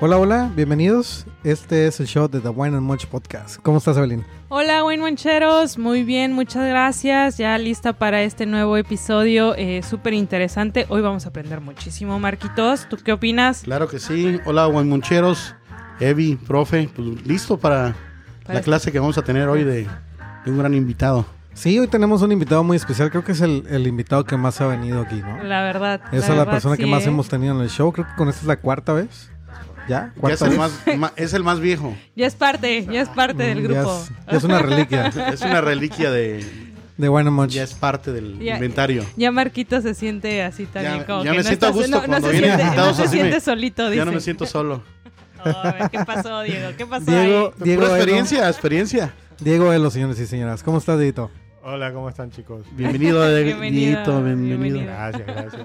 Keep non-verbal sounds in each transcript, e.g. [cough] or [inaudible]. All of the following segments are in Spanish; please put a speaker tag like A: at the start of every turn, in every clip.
A: Hola, hola, bienvenidos. Este es el show de The Wine and Much Podcast. ¿Cómo estás, Evelyn?
B: Hola, buen mancheros. Muy bien, muchas gracias. Ya lista para este nuevo episodio. eh, Súper interesante. Hoy vamos a aprender muchísimo, Marquitos. ¿Tú qué opinas?
C: Claro que sí. Hola, guanmoncheros. Evi, profe, pues listo para,
B: Para
C: la
B: este-
C: clase que vamos a tener hoy de, de un gran invitado.
A: Sí, hoy tenemos un invitado muy especial. Creo que es el, el invitado que más ha venido aquí, ¿no?
B: La verdad.
A: Esa es la
B: verdad,
A: persona que
B: sí,
A: más
B: ¿eh?
A: hemos tenido en el show. Creo que con esta es la cuarta vez. ¿Ya?
C: Ya
A: ¿Cuarta
C: es, el
A: vez?
C: más, ma- es el más viejo.
B: Ya es parte, ya es parte del
A: Mm,
B: grupo.
A: Ya es, ya es una reliquia
C: Es una reliquia de...
A: de Wine and Much.
C: Ya es parte del
B: Ya-
C: inventario.
B: [laughs] Ya Marquitos se siente así también
C: Ya-
B: como
C: ya
B: que
C: me
B: no
C: siento a
B: estás-
C: gusto
B: no- no
C: cuando
B: se
C: vienen
B: siente,
C: invitados,
B: no se
C: así me-
B: siente solito, dice.
C: Ya no me siento solo.
B: Oh, a ver, ¿Qué pasó, Diego? ¿Qué pasó
A: Diego,
B: ahí?
A: Diego,
C: Pura
A: Elo,
C: experiencia, experiencia.
A: Diego Elo, señores y señoras. ¿Cómo estás, Dito?
D: Hola, ¿cómo están chicos?
C: Bienvenido, Dieguito,
B: Bienvenido,
C: bienvenido.
B: bienvenido.
D: Gracias, gracias.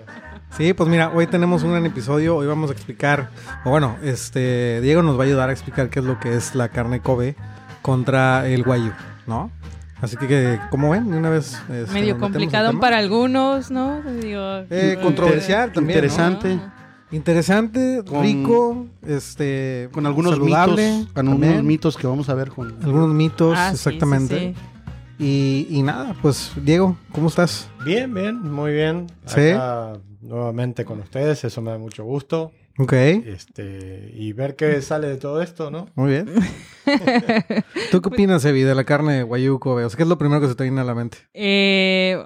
A: Sí, pues mira, hoy tenemos un gran episodio. Hoy vamos a explicar, o bueno, este Diego nos va a ayudar a explicar qué es lo que es la carne Kobe contra el Wagyu, ¿no? Así que, que, como ven, de una vez. este,
B: Medio
A: nos metemos en
B: complicado
A: tema.
B: para algunos, ¿no? Digo,
A: Eh, controversial también, ¿no?
C: Interesante.
A: Interesante,
C: Con-
A: rico, este.
C: Con algunos
A: saludable
C: mitos. Con algunos
A: también.
C: mitos que vamos a ver con...
A: [laughs] Algunos mitos,
B: Ah, sí, sí,
A: exactamente.
B: sí.
A: Y, y nada, pues, Diego, ¿cómo estás?
D: Bien, bien, muy bien.
A: Sí.
D: Acá nuevamente con ustedes, eso me da mucho gusto.
A: Ok,
D: Este, y ver qué sale de todo esto, ¿no?
A: muy
B: [laughs]
A: bien. ¿Tú qué opinas, Evi, de la carne de Wagyu Kobe? O sea, ¿qué es lo primero que se te viene a la mente?
B: Eh,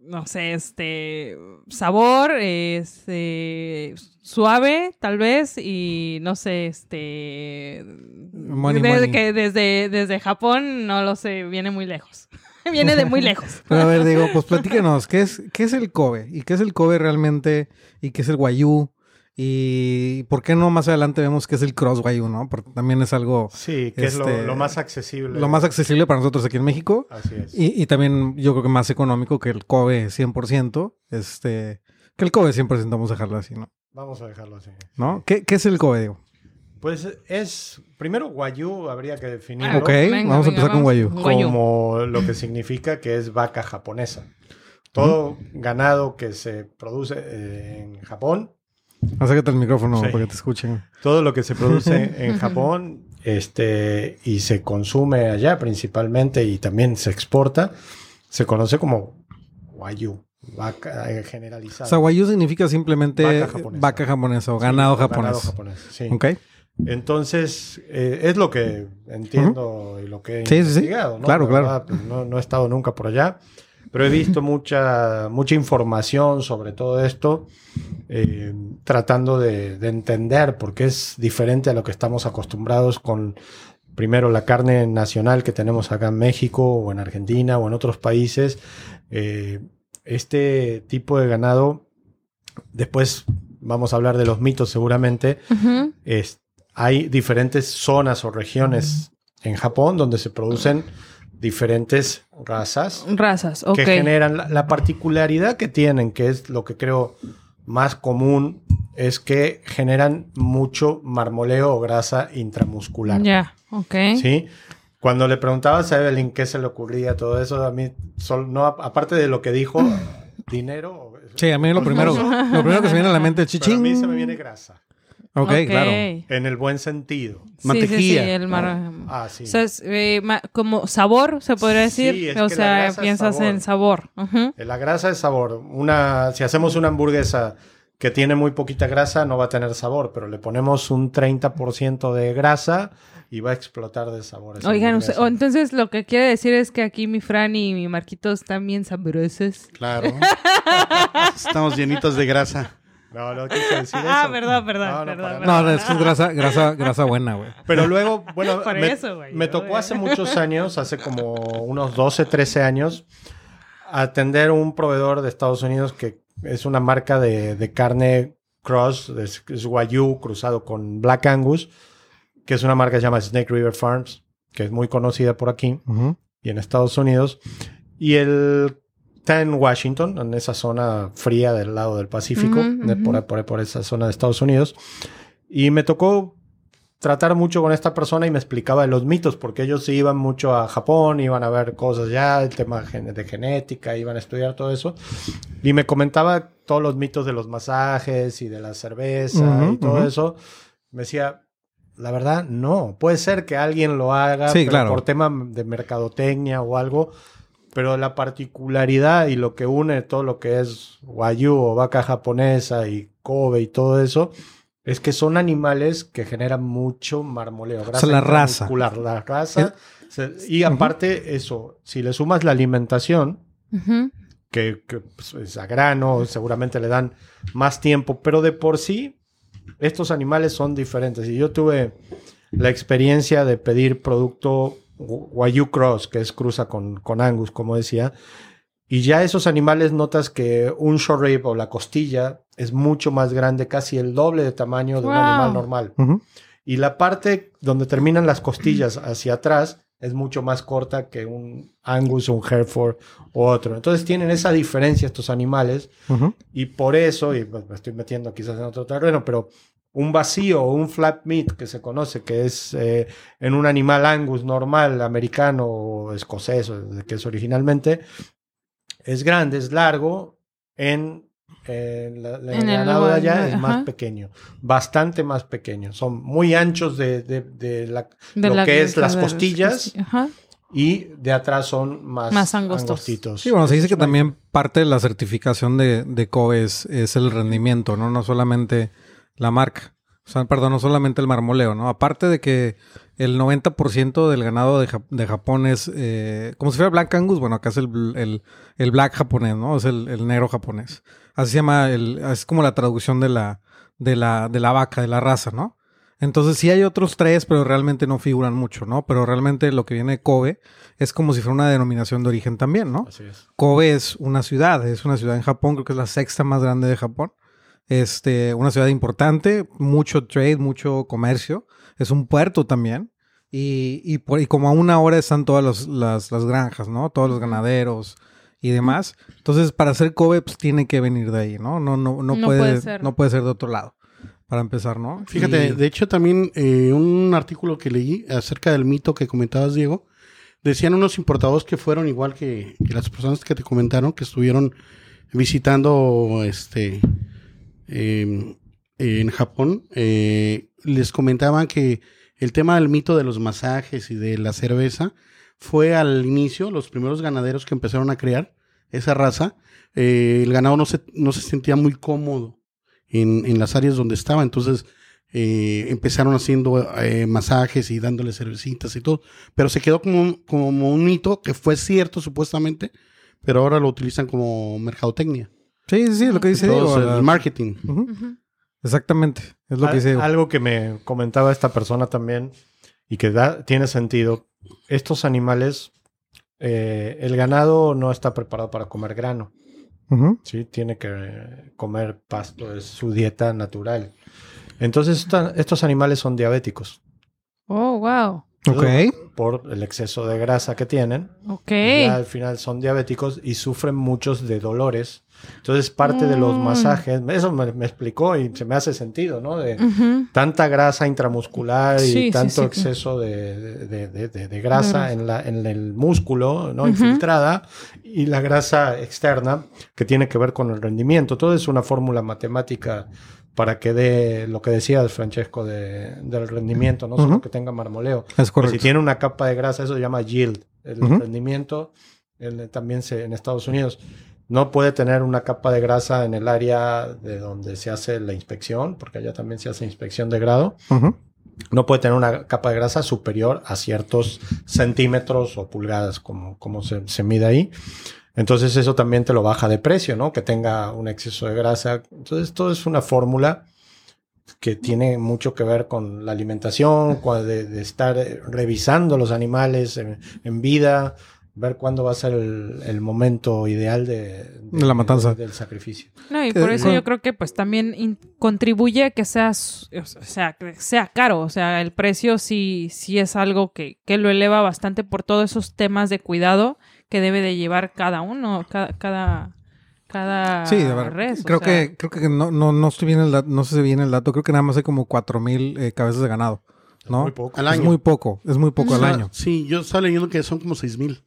B: no sé, este sabor, este suave, tal vez, y no sé, este
A: Money,
B: desde
A: money.
B: que desde, desde Japón, no lo sé, viene muy lejos. [laughs] viene de muy lejos.
A: Pero a ver, Diego, pues platícanos, ¿qué es, ¿qué es el Kobe? ¿Y qué es el Kobe realmente? ¿Y qué es el Wayú? ¿Y por qué no más adelante vemos qué es el Cross Wayú, no? Porque también es algo
D: Sí, que es lo,
A: Este,
D: lo más accesible.
A: lo más accesible para nosotros aquí en México.
D: Así es.
A: Y, y también yo creo que más económico que el Kobe 100%. Este, que el Kobe 100% vamos a dejarlo así, ¿no?
D: Vamos a dejarlo así.
A: ¿No? ¿Qué, qué es el Kobe, Diego?
D: Pues es, primero, guayú habría que
B: Ah,
D: definirlo
A: Ok, vamos a empezar con Wagyu.
B: Wagyu.
D: como lo que significa que es vaca japonesa. Todo ganado que se produce eh, en Japón
A: Acércate al micrófono
D: Sí.
A: para que te escuchen.
D: todo lo que se produce en Japón este, y se consume allá principalmente y también se exporta, se conoce como wayu, vaca eh,
A: O
D: generalizada.
A: sea, Wayú significa simplemente vaca japonesa,
D: Vaca japonesa.
A: o ganado
D: Sí,
A: japonés.
D: japonés, sí.
A: ¿Ok?
D: Entonces, eh, es lo que entiendo y lo que he
A: Sí, sí, sí.
D: investigado. ¿no?
A: Claro,
D: La
A: claro.
D: verdad, pues, no, no he estado nunca por allá, pero he visto mucha, mucha información sobre todo esto, eh, tratando de, de entender porque es diferente a lo que estamos acostumbrados con, primero, la carne nacional que tenemos acá en México o en Argentina o en otros países. Eh, este tipo de ganado, después vamos a hablar de los mitos seguramente,
B: Ujú.
D: es- hay diferentes zonas o regiones en Japón donde se producen diferentes razas
B: Razas, ok.
D: que generan la, la particularidad que tienen, que es lo que creo más común, es que generan mucho marmoleo o grasa intramuscular.
B: Ya, ok.
D: ¿sí? Cuando le preguntabas a Evelyn qué se le ocurría todo eso, a mí, sol- no, a- aparte de lo
B: [clears throat]
D: que dijo, dinero.
A: Sí, a mí lo primero, lo primero que se viene a la mente es
D: pero
A: chichín.
D: a mí se me viene grasa,
A: Ok, claro.
B: Sí,
D: en el buen sentido.
B: sí, sí,
C: Mantequilla.
B: el mar-
D: Ah, sí.
B: O sea, es, eh, ma- como sabor, se podría
D: Sí,
B: decir.
D: es
B: o
D: que la
B: sea,
D: grasa es
B: piensas en sabor. Ujú.
D: Eh, La grasa es sabor. Una, si hacemos una hamburguesa que tiene muy poquita grasa, no va a tener sabor, pero le ponemos un 30% de grasa y va a explotar de sabor. esa
B: Oigan,
D: hamburguesa.
B: usted- o entonces lo que quiere decir es que aquí mi Fran y mi Marquitos están bien sabrosos. [laughs]
C: Claro. Estamos llenitos de grasa.
D: No, no quise decir eso.
B: Ah, perdón, perdón,
D: No, no,
B: perdón,
D: para
B: perdón.
A: No, no, es que es grasa, grasa, grasa buena, güey.
D: Pero luego, bueno,
B: [laughs] Por
D: me,
B: eso, güey,
D: me
B: yo,
D: tocó
B: güey.
D: hace muchos años, hace como unos 12, 13 años, atender un proveedor de Estados Unidos que es una marca de, de carne cross, es, es Wagyu cruzado con Black Angus, que es una marca que se llama Snake River Farms, que es muy conocida por aquí
A: Ujú.
D: y en Estados Unidos. Y él está en Washington, en esa zona fría del lado del Pacífico,
B: Ujú,
D: de- por,
B: ujú.
D: por- por esa zona de Estados Unidos. Y me tocó tratar mucho con esta persona y me explicaba de los mitos, porque ellos sí iban mucho a Japón, iban a ver cosas ya, el tema gen- de genética, iban a estudiar todo eso. Y me comentaba todos los mitos de los masajes y de la cerveza
A: Ujú,
D: y todo
A: ujú.
D: eso. Me decía, La verdad, no. Puede ser que alguien lo haga
A: Sí,
D: pero
A: claro.
D: por tema de mercadotecnia o algo, pero la particularidad y lo que une todo lo que es Wagyu o vaca japonesa y Kobe y todo eso es que son animales que generan mucho marmoleo. grasa
A: la raza.
D: intramuscular, la raza. Se- y
A: Ujú.
D: aparte, eso, si le sumas la alimentación,
B: Ujú.
D: que, que, pues, es a grano, seguramente le dan más tiempo, pero de por sí estos animales son diferentes. Y yo tuve la experiencia de pedir producto Gu- Wagyu Cross, que es cruza con, con Angus, como decía, y ya esos animales notas que un short rib o la costilla es mucho más grande, casi el doble de tamaño de un
B: Wow.
D: animal normal.
A: Ujú.
D: Y la parte donde terminan las costillas hacia atrás es mucho más corta que un Angus, un Hereford o otro. Entonces tienen esa diferencia estos animales
A: Ujú.
D: y por eso, y pues, me estoy metiendo quizás en otro terreno, pero un vacío o un flat meat que se conoce, que es eh, en un animal Angus normal, americano o escocés, o de que es originalmente, es grande, es largo, en, eh, la- la-
B: En
D: el
B: el
D: ganado de
B: lugar,
D: allá
B: ¿no?
D: es más
B: Ajá.
D: pequeño, bastante más pequeño, son muy anchos de, de- de la,
B: De
D: lo
B: la-
D: que es
B: de
D: las
B: las
D: costillas
B: costi- Ajá.
D: y de atrás son más,
B: Más angostos.
D: angostitos.
A: Sí, bueno, se dice que también parte de la certificación de, de Kobe es, es el rendimiento, ¿no? No solamente la marca. O sea, perdón, no solamente el marmoleo, ¿no? Aparte de que el 90% del ganado de, Jap- de Japón es eh, como si fuera Black Angus, bueno, acá es el, bl- el, el Black japonés, ¿no? Es el, el negro japonés. Así se llama, el, es como la traducción de la, de, la, de la vaca, de la raza, ¿no? Entonces sí hay otros tres, pero realmente no figuran mucho, ¿no? Pero realmente lo que viene de Kobe es como si fuera una denominación de origen también, ¿no?
D: Así es.
A: Kobe es una ciudad, es una ciudad en Japón, creo que es la sexta más grande de Japón. Este, una ciudad importante, mucho trade, mucho comercio. Es un puerto también. Y, y, por, y como a una hora están todas las, las- las granjas, ¿no? Todos los ganaderos y demás. Entonces, para ser Kobe, pues tiene que venir de ahí, ¿no? No, no, no,
B: No
A: puede,
B: puede ser.
A: no puede ser de otro lado. Para empezar, ¿no?
C: Fíjate,
A: Y-
C: de hecho también eh, un artículo que leí acerca del mito que comentabas, Diego, decían unos importadores que fueron igual que, que las personas que te comentaron, que estuvieron visitando este eh, en Japón, eh, les comentaban que el tema del mito de los masajes y de la cerveza fue al inicio, los primeros ganaderos que empezaron a crear esa raza, eh, el ganado no se, no se sentía muy cómodo en, en las áreas donde estaba, entonces eh, empezaron haciendo eh, masajes y dándole cervecitas y todo, pero se quedó como, un- como un mito que fue cierto supuestamente, pero ahora lo utilizan como mercadotecnia,
A: Sí, sí, sí, lo que dice
C: Entonces,
A: Diego, la-
C: el marketing.
A: Ujú,
B: Ujú.
A: Exactamente, es lo que
D: Al-
A: dice Diego.
D: Algo que me comentaba esta persona también y que da, tiene sentido. Estos animales, eh, el ganado no está preparado para comer grano,
A: Ujú.
D: ¿sí? Tiene que comer pasto, es su dieta natural. Entonces, esta- estos animales son diabéticos
B: Oh, wow.
A: Ok.
D: por el exceso de grasa que tienen.
B: Ok.
D: Ya al final son diabéticos y sufren muchos de dolores. Entonces, parte de los
B: Mm.
D: masajes, eso me, me explicó y se me hace sentido, ¿no? De,
B: Ujú.
D: tanta grasa intramuscular
B: Sí, sí,
D: y tanto
B: sí, claro.
D: exceso de, de- de- de- de
B: grasa.
D: grasa en, la, en el músculo, ¿no?
B: Ujú.
D: Infiltrada y la grasa externa que tiene que ver con el rendimiento. Todo es una fórmula matemática para que dé lo que decías, Francesco, de- del rendimiento, no solo
A: Ujú.
D: que tenga marmoleo.
A: Es
D: Pero Pues Si
A: correcto.
D: tiene una capa de grasa, eso se llama yield, el
A: Ujú.
D: rendimiento. el- también se, en Estados Unidos no puede tener una capa de grasa en el área de donde se hace la inspección, porque allá también se hace inspección de grado.
A: Ujú.
D: No puede tener una capa de grasa superior a ciertos centímetros o pulgadas, como, como se, se mide ahí. Entonces eso también te lo baja de precio, ¿no? Que tenga un exceso de grasa. Entonces todo es una fórmula que tiene mucho que ver con la alimentación, cua- de, de estar eh, revisando los animales en, en vida, ver cuándo va a ser el, el momento ideal de,
A: De la matanza.
D: del sacrificio.
B: No, y
A: Que-
B: por eso
A: bueno.
B: yo creo que pues también in- contribuye a que seas, o sea, que sea caro, o sea, el precio sí, sí es algo que, que lo eleva bastante por todos esos temas de cuidado que debe de llevar cada uno, cada, cada, cada
A: Sí, a ver,
B: res, o
A: creo
B: sea.
A: que creo que no no no estoy bien el dat- no sé bien el dato, creo que nada más hay como 4000 eh, cabezas de ganado, ¿no?
D: Muy poco.
C: Al
A: Es
C: año.
A: muy poco, es muy poco al
C: Ah,
A: año.
C: Sí, yo estaba leyendo que son como 6 mil.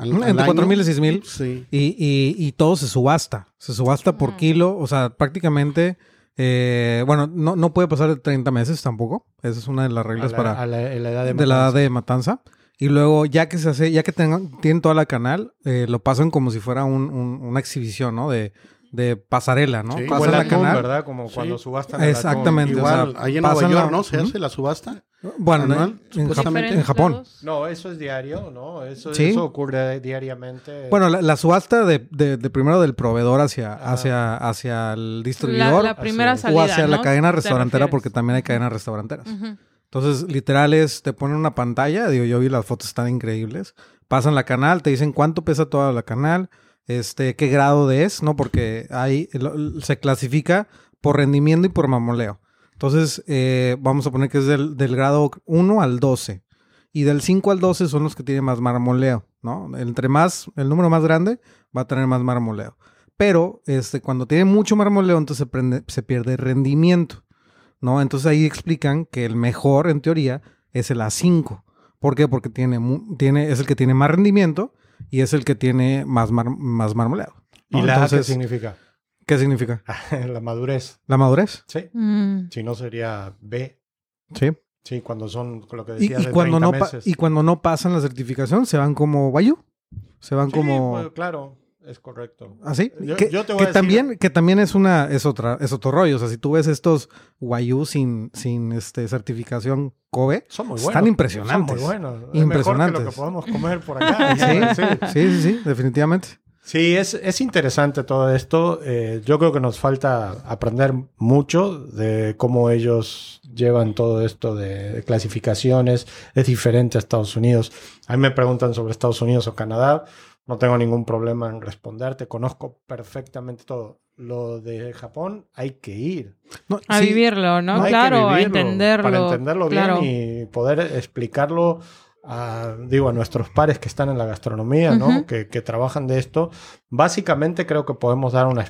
A: Mm, entre 4,000 y 6,000.
C: Sí.
A: Y, y, y todo se subasta, se subasta por
B: Mm.
A: kilo, o sea, prácticamente Eh, bueno, no, no puede pasar de 30 meses tampoco. Esa es una de las reglas
D: a la,
A: para
D: a la- en la edad de,
A: de la edad
D: matanza.
A: de matanza. Y luego, ya que se hace, ya que tengan, tienen toda la canal, eh, lo pasan como si fuera un- un- una exhibición, ¿no? De, de pasarela, ¿no?
C: Sí,
D: Como
A: pasan
D: el
A: la
D: atún,
A: canal.
D: ¿verdad? Como
C: Sí.
D: cuando subastan el atún.
A: Exactamente, o sea,
D: Igual.
C: Igual, ahí en Nueva
A: pasan la-
C: York, ¿no? Se
A: Ujú.
C: hace la subasta.
A: Bueno,
C: Anual,
A: en- en, Japón.
C: supuestamente.
A: en Japón.
D: No, eso es diario, ¿no? Eso,
A: Sí.
D: eso ocurre diariamente.
A: Bueno, la, la subasta de, de- de primero del proveedor hacia,
D: Ajá.
A: hacia, hacia el
B: La,
A: distribuidor
B: la primera
D: Así es.
B: salida.
A: o hacia la
B: ¿no?
A: cadena
B: ¿Te
A: restaurantera,
B: refieres? Mm.
A: porque también hay cadenas restauranteras.
B: Ujú.
A: Entonces, literal es, te ponen una pantalla, digo, yo vi las fotos están increíbles, pasan la canal, te dicen cuánto pesa toda la canal, este, qué grado de es, ¿no? Porque ahí lo- se clasifica por rendimiento y por mamoleo. Entonces, eh, vamos a poner que es del, del grado 1 al 12. Y del 5 al 12 son los que tienen más marmoleo, ¿no? Entre más, el número más grande va a tener más marmoleo. Pero este, cuando tiene mucho marmoleo, entonces se, prende- se pierde rendimiento. ¿no? Entonces ahí explican que el mejor, en teoría, es el A5. ¿Por qué? Porque tiene, mu- tiene, es el que tiene más rendimiento y es el que tiene más, mar- más marmoleado. ¿no?
D: ¿Y la A qué Ah.
A: Entonces,
D: significa? [laughs]
A: ¿qué significa?
D: la madurez.
A: ¿La madurez?
D: Sí.
B: Mm.
D: Si no sería B.
A: Sí.
D: Sí, cuando son con lo que
A: Y,
D: decías
A: y
D: de
A: cuando
D: 30
A: no pa-
D: meses.
A: y cuando no pasan la certificación, se van como Bayou. Se van
D: Sí,
A: como... Ah,
D: pues, claro, es correcto.
A: Así.
D: Yo-
A: que
D: yo te voy
A: que
D: a decir-
A: también, que también es una, es otra, es otro rollo. O sea, si tú ves estos Wayu sin, sin este certificación Kobe,
D: Son muy buenos.
A: Están impresionantes.
D: Son muy buenos.
A: Impresionantes.
D: Impresionantes. Mejor que lo que podemos comer por
A: [laughs]
D: acá.
A: Sí,
D: ¿no? sí.
A: sí, sí,
D: [laughs]
A: sí, definitivamente.
D: Sí, es, es interesante todo esto. Eh, yo creo que nos falta aprender mucho de cómo ellos llevan todo esto de, de clasificaciones. Es diferente a Estados Unidos. A mí me preguntan sobre Estados Unidos o Canadá. No tengo ningún problema en responderte. Conozco perfectamente todo. Lo de Japón hay que ir.
A: No,
B: A
A: sí,
B: vivirlo, ¿no?
D: Hay que
B: claro, a
D: vivirlo
B: entenderlo.
D: Para entenderlo
B: claro.
D: bien y poder explicarlo a, digo, a nuestros pares que están en la gastronomía, ¿no?
B: Ujú.
D: que, que trabajan de esto. Básicamente creo que podemos dar una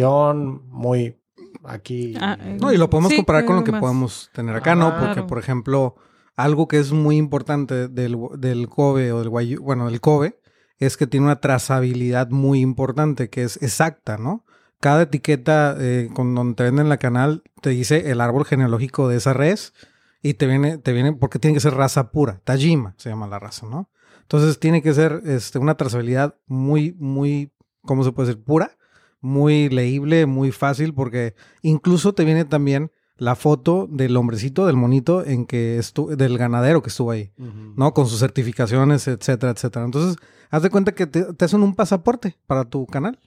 D: explicación muy aquí.
B: Ah,
A: No, y lo podemos
B: Sí,
A: comparar con lo que
B: más.
A: podemos tener acá, ¿no?
D: Claro.
A: Porque, por ejemplo, algo que es muy importante del, del Kobe o del Wagyu, bueno, del Kobe, es que tiene una trazabilidad muy importante, que es exacta, ¿no? Cada etiqueta eh, con donde te venden la canal te dice el árbol genealógico de esa res y te viene, te viene, porque tiene que ser raza pura, Tajima se llama la raza, ¿no? Entonces tiene que ser este, una trazabilidad muy, muy, ¿cómo se puede decir? Pura, muy leíble, muy fácil, porque incluso te viene también la foto del hombrecito, del monito, en que estu- del ganadero que estuvo ahí,
D: Ujú.
A: ¿no? Con sus certificaciones, etcétera, etcétera. Entonces, haz de cuenta que te, te hacen un pasaporte para tu canal,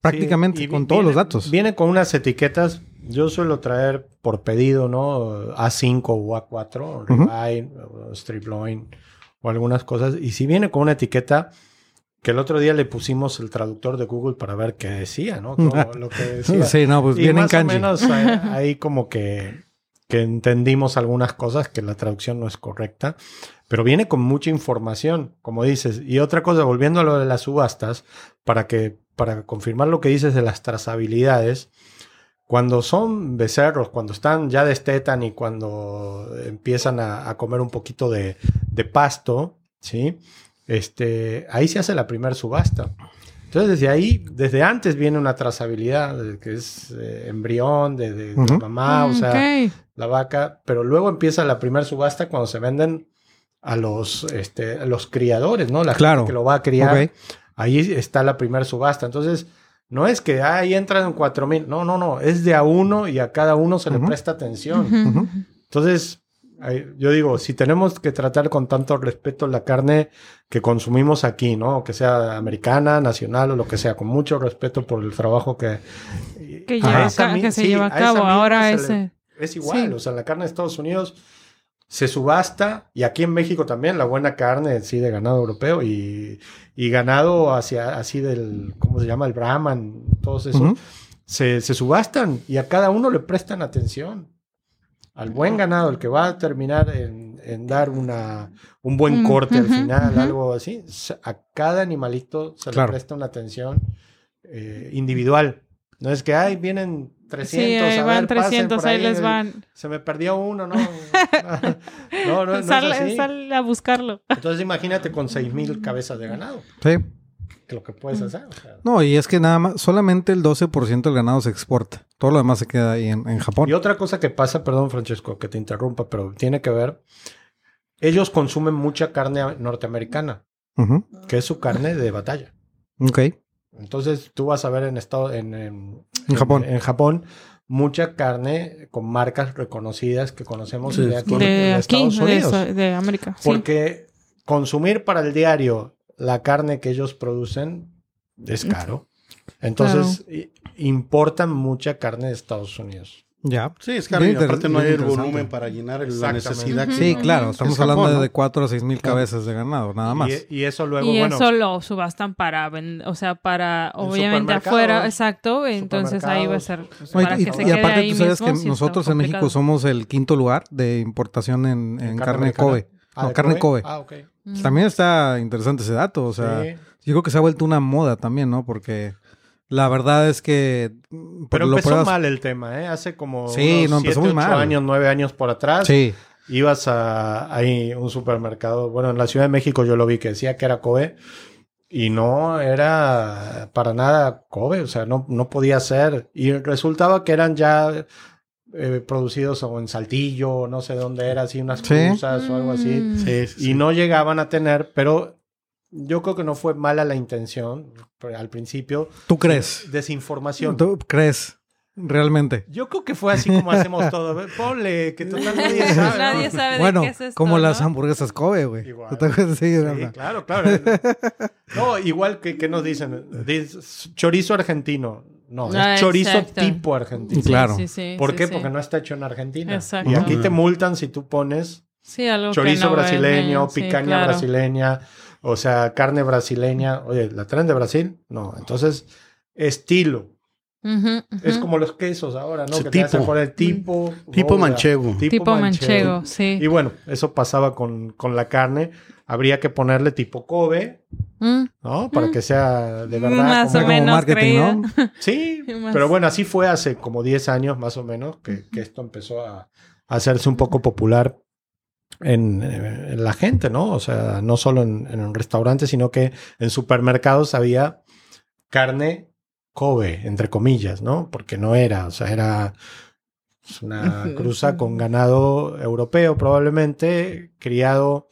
A: prácticamente,
D: Sí, y vi-
A: con todos los
D: viene-
A: datos.
D: Viene con unas etiquetas. Yo suelo traer por pedido, ¿no? A5 o A4,
A: Ujú.
D: ribeye, o strip loin o algunas cosas. Y si viene con una etiqueta que el otro día le pusimos el traductor de Google para ver qué
A: [laughs]
D: decía, ¿no? Todo lo que decía.
A: [laughs] Sí, no, pues
D: Y
A: viene en
D: más o
A: kanji. [laughs]
D: menos eh, ahí como que, que entendimos algunas cosas, que la traducción no es correcta, pero viene con mucha información, como dices. Y otra cosa, volviendo a lo de las subastas, para, que, para confirmar lo que dices de las trazabilidades, cuando son becerros, cuando están ya destetan y cuando empiezan a, a comer un poquito de, de pasto, ¿sí? Este, ahí se hace la primera subasta. Entonces, desde ahí, desde antes viene una trazabilidad, de que es eh, embrión, de, de- de
A: Ujú.
D: mamá, Ah, o
B: Mm,
D: sea,
B: ok.
D: la vaca, pero luego empieza la primera subasta cuando se venden a los, este, a los criadores, ¿no? La
A: Claro.
D: gente que lo va a criar.
A: Ok.
D: Ahí está la primera subasta. Entonces, no es que "Ah, ahí entran cuatro mil. No, no, no. Es de a uno y a cada uno se le
A: Ujú.
D: presta atención.
B: Ujú.
A: Ujú.
D: Entonces, ahí- yo digo, si tenemos que tratar con tanto respeto la carne que consumimos aquí, ¿no? Que sea americana, nacional o lo que sea, con mucho respeto por el trabajo que...
B: Que,
D: a
B: lleva
D: esa
B: acá-
D: mi-
B: que se
D: sí,
B: lleva a
D: esa
B: cabo.
D: misma
B: Ahora
D: se le-
B: ese.
D: es igual,
B: Sí.
D: o sea, la carne de Estados Unidos se subasta y aquí en México también la buena carne, sí, de ganado europeo y, y ganado hacia así del, ¿cómo se llama? El Brahman, todos esos,
A: Ujú.
D: se, se subastan y a cada uno le prestan atención. Al buen ganado, el que va a terminar en, en dar una, un buen
B: Mm,
D: corte al
B: ujú,
D: final,
B: ujú.
D: algo así, se- a cada animalito se
A: Claro.
D: le presta una atención eh, individual. No es que, ay, vienen 300,
B: sí, ahí
D: a
B: van
D: ver, pasen
B: 300,
D: por
B: ahí les
D: eh,
B: van.
D: se me perdió uno,
B: [laughs]
D: ¿no? no, no, no es
B: sal,
D: así.
B: sal a buscarlo.
D: Entonces imagínate con 6.000 cabezas de ganado.
A: Sí.
D: que lo que puedes
B: Mm.
D: hacer. o sea.
A: No, y es que nada más, solamente el 12% del ganado se exporta. Todo lo demás se queda ahí en, en Japón.
D: Y otra cosa que pasa, perdón Francesco, que te interrumpa, pero tiene que ver, ellos consumen mucha carne norteamericana,
A: Ujú.
D: que es su carne de batalla.
A: Ok.
D: Entonces tú vas a ver en estado en, en-
A: En Japón.
D: en Japón mucha carne con marcas reconocidas que conocemos
C: Sí,
D: de aquí,
B: De
D: de
B: aquí,
D: Estados
B: de,
D: Unidos.
B: esa- de América. sí.
D: Porque consumir para el diario la carne que ellos producen es caro. Entonces i- importan mucha carne de Estados Unidos.
A: Ya.
C: Sí, es caro. y
A: Bien
C: aparte
A: inter-
C: no hay
A: bien
C: el
A: interesante.
C: volumen para llenar el- la
D: Exactamente.
C: necesidad que...
B: Ujú.
A: Sí, claro. Estamos
C: Es Japón,
A: hablando
C: ¿no?
A: de 4 a 6 mil cabezas de ganado, nada más.
D: Y, y eso luego,
B: y
D: bueno,
B: eso lo subastan para, ven- o sea, para,
D: En
B: obviamente
D: supermercados,
B: afuera, exacto, entonces ahí va a
D: supermercados.
B: ser pues,
A: No, y-
B: para
A: y,
B: que se
A: y
B: quede
A: aparte
B: ahí
A: tú sabes
B: mismo, sí
A: que
B: está
A: nosotros en México
B: complicado.
A: somos el quinto lugar de importación en, en carne,
D: americana.
A: Kobe.
D: Ah,
A: no,
D: ¿de
A: carne Kobe.
D: Ah, ok.
B: Mm.
A: También está interesante ese dato, o sea, pues
D: Sí.
A: yo creo que se ha vuelto una moda también, ¿no? Porque la verdad es que mm,
D: Pero
A: por lo
D: empezó
A: pruebas-
D: mal el tema, ¿eh? Hace como
A: Sí, no, empezó muy
D: siete, ocho
A: mal.
D: años, nueve años por atrás.
A: Sí,
D: Ibas a ahí, un supermercado, bueno, en la Ciudad de México yo lo vi que decía que era Kobe y no era para nada Kobe, o sea, no, no podía ser. Y resultaba que eran ya eh, producidos o en Saltillo, no sé dónde era, así unas
A: Sí.
D: cruzas o algo así.
B: Mm.
C: Sí, sí, sí.
D: y no llegaban a tener, pero yo creo que no fue mala la intención pero al principio.
A: tú crees.
D: Desinformación.
A: Tú crees, realmente.
D: Yo creo que fue así como hacemos todo. Ve, Ponle, que total [laughs] nadie sabe. ¿no?
B: [laughs] Nadie sabe
A: Bueno,
B: de qué es esto,
A: como las
B: ¿no?
A: hamburguesas Kobe, güey.
D: Igual.
A: ¿Tú te acuerdas? Sí,
D: Sí,
A: ¿verdad?
C: [laughs]
D: claro, claro. No, igual que, que nos dicen, Diz- chorizo argentino. No, es
B: Ah,
D: chorizo
B: exacto.
D: tipo argentino.
B: Sí,
A: Claro.
B: sí, sí,
D: ¿Por
B: sí,
D: qué?
B: sí.
D: Porque no está hecho en Argentina.
B: Exacto.
D: Y aquí
C: Ujú.
D: te multan si tú pones
B: Sí, algo que
D: chorizo
B: no
D: brasileño,
B: venden, sí,
D: picaña
B: claro.
D: brasileña, o sea, carne brasileña. Oye, ¿la traen de Brasil? No. Entonces, estilo.
B: Ujú, ujú.
D: Es como los quesos ahora, ¿no?
C: Sí,
D: que te hacen
C: tipo. Mm.
D: por el tipo.
C: Tipo
D: gorda,
C: manchego.
B: tipo manchego, sí.
D: Y bueno, eso pasaba con, con la carne. Habría que ponerle tipo Kobe,
B: Mm.
D: ¿no? Para
B: Mm.
D: que sea de verdad.
B: Más
D: como-
B: o menos creída.
A: ¿no?
D: Sí,
B: Más.
D: pero bueno, así fue hace como 10 años más o menos que, que esto empezó a, a hacerse un poco popular en, eh, en la gente, ¿no? O sea, no solo en, en restaurantes, sino que en supermercados había carne Kobe, entre comillas, ¿no? Porque no era, o sea, era pues, una cruza con ganado europeo probablemente, criado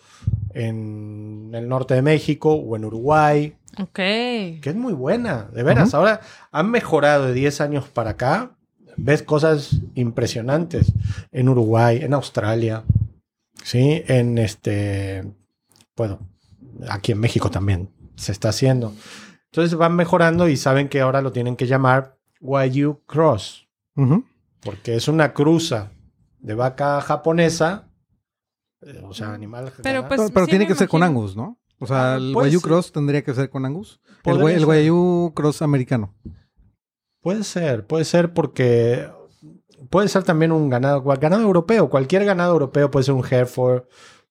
D: en el norte de México o en Uruguay,
B: Ok.
D: que es muy buena, de veras.
A: Ujú.
D: Ahora han mejorado de 10 años para acá. Ves cosas impresionantes en Uruguay, en Australia, ¿sí? En este, bueno, aquí en México también se está haciendo. Entonces van mejorando y saben que ahora lo tienen que llamar Wagyu Cross,
B: [laughs] Pues,
A: Ujú.
D: porque es una cruza de vaca japonesa, eh, o sea, animal.
B: Pero,
D: ganado.
B: pues,
A: pero pero
B: sí
A: tiene
B: me
A: que ser con
B: imagino.
A: Angus, ¿no? O sea,
D: Ah,
A: el
D: puede
A: Wagyu
D: ser.
A: Cross tendría que ser con Angus. El,
D: Podría
A: Wa- el
D: ser.
A: Wagyu Cross americano.
D: Puede ser, puede ser porque puede ser también un ganado, cual- ganado europeo, cualquier ganado europeo puede ser un Hereford,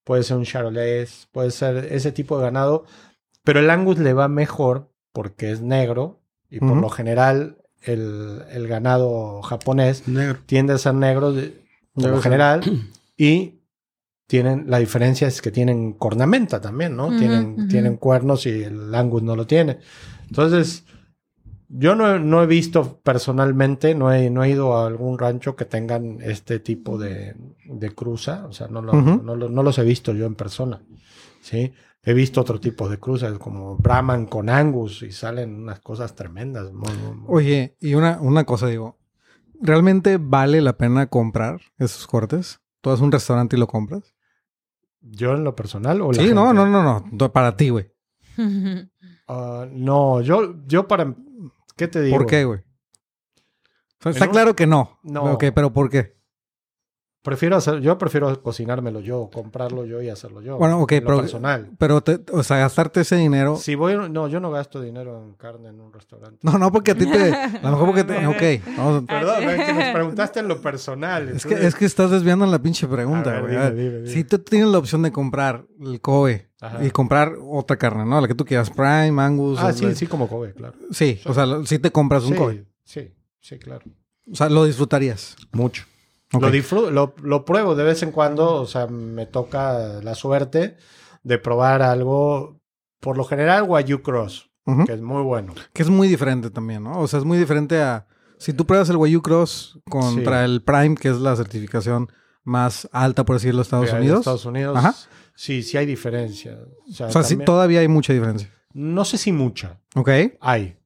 D: puede ser un Charolais, puede ser ese tipo de ganado, pero el Angus le va mejor porque es negro y por
A: Ujú.
D: lo general el, el ganado japonés
C: Negro.
D: tiende a ser negro de, de
A: Debe
D: lo
A: ser.
D: general
A: [clears throat]
D: y tienen la diferencia es que tienen cornamenta también, ¿no?
B: Ujú,
D: tienen,
B: ujú.
D: tienen cuernos y el Angus no lo tiene. Entonces, yo no, he- no he visto personalmente, no he, no he ido a algún rancho que tengan este tipo de, de cruza, o sea, no, lo-
A: Ujú.
D: no lo- no los he visto yo en persona, ¿sí? He visto otro tipo de cruzas como Brahman con Angus y salen unas cosas tremendas. muy- muy- muy-
A: Oye, y una, una cosa digo, ¿realmente vale la pena comprar esos cortes? ¿Tú vas a un restaurante y lo compras?
D: Yo en lo personal o la
A: Sí, no,
D: gente?
A: no, no, no, no, para ti, güey.
D: Ah, no, yo, yo para. ¿Qué te digo?
A: ¿Por qué, güey? O sea,
D: En
A: está
D: un-
A: claro que no.
D: No.
A: Ok, pero ¿por qué?
D: Prefiero hacer, yo prefiero cocinármelo yo, comprarlo yo y hacerlo yo.
A: Bueno, eh, ok,
D: en lo
A: pero-
D: personal.
A: Pero, te- o sea, gastarte ese dinero...
D: Si voy, no, yo no gasto dinero en carne en un restaurante.
A: No, no, porque a ti te... A lo mejor porque te... Ok, vamos a-
D: [laughs] Perdón, es que nos preguntaste en lo personal.
A: Es que, es que estás desviando la pinche pregunta,
D: A ver,
A: güey.
D: dime, dime, dime.
A: Si tú tienes la opción de comprar el Kobe
D: Ajá.
A: y comprar otra carne, ¿no? La que tú quieras, Prime, Angus.
D: Ah,
A: el-
D: sí, sí, como Kobe, claro.
A: Sí, o sea, lo- sí te compras un Kobe.
D: Sí, sí, sí, claro.
A: O sea, lo disfrutarías.
D: Mucho.
A: Ok.
D: Lo disfruto, lo, lo pruebo de vez en cuando, o sea, me toca la suerte de probar algo. Por lo general, Wagyu Cross.
A: Ujú.
D: que es muy bueno.
A: Que es muy diferente también, ¿no? O sea, es muy diferente a. Si tú pruebas el Wayu Cross contra el Prime, que es la certificación más alta, por decirlo, de Estados
D: Que hay de
A: Unidos.
D: Estados Unidos.
A: Ajá.
D: Sí, sí hay diferencia. O sea,
A: o sea, sí,
D: también-
A: todavía hay mucha diferencia.
D: No sé si mucha.
A: ¿Ok?
D: Hay.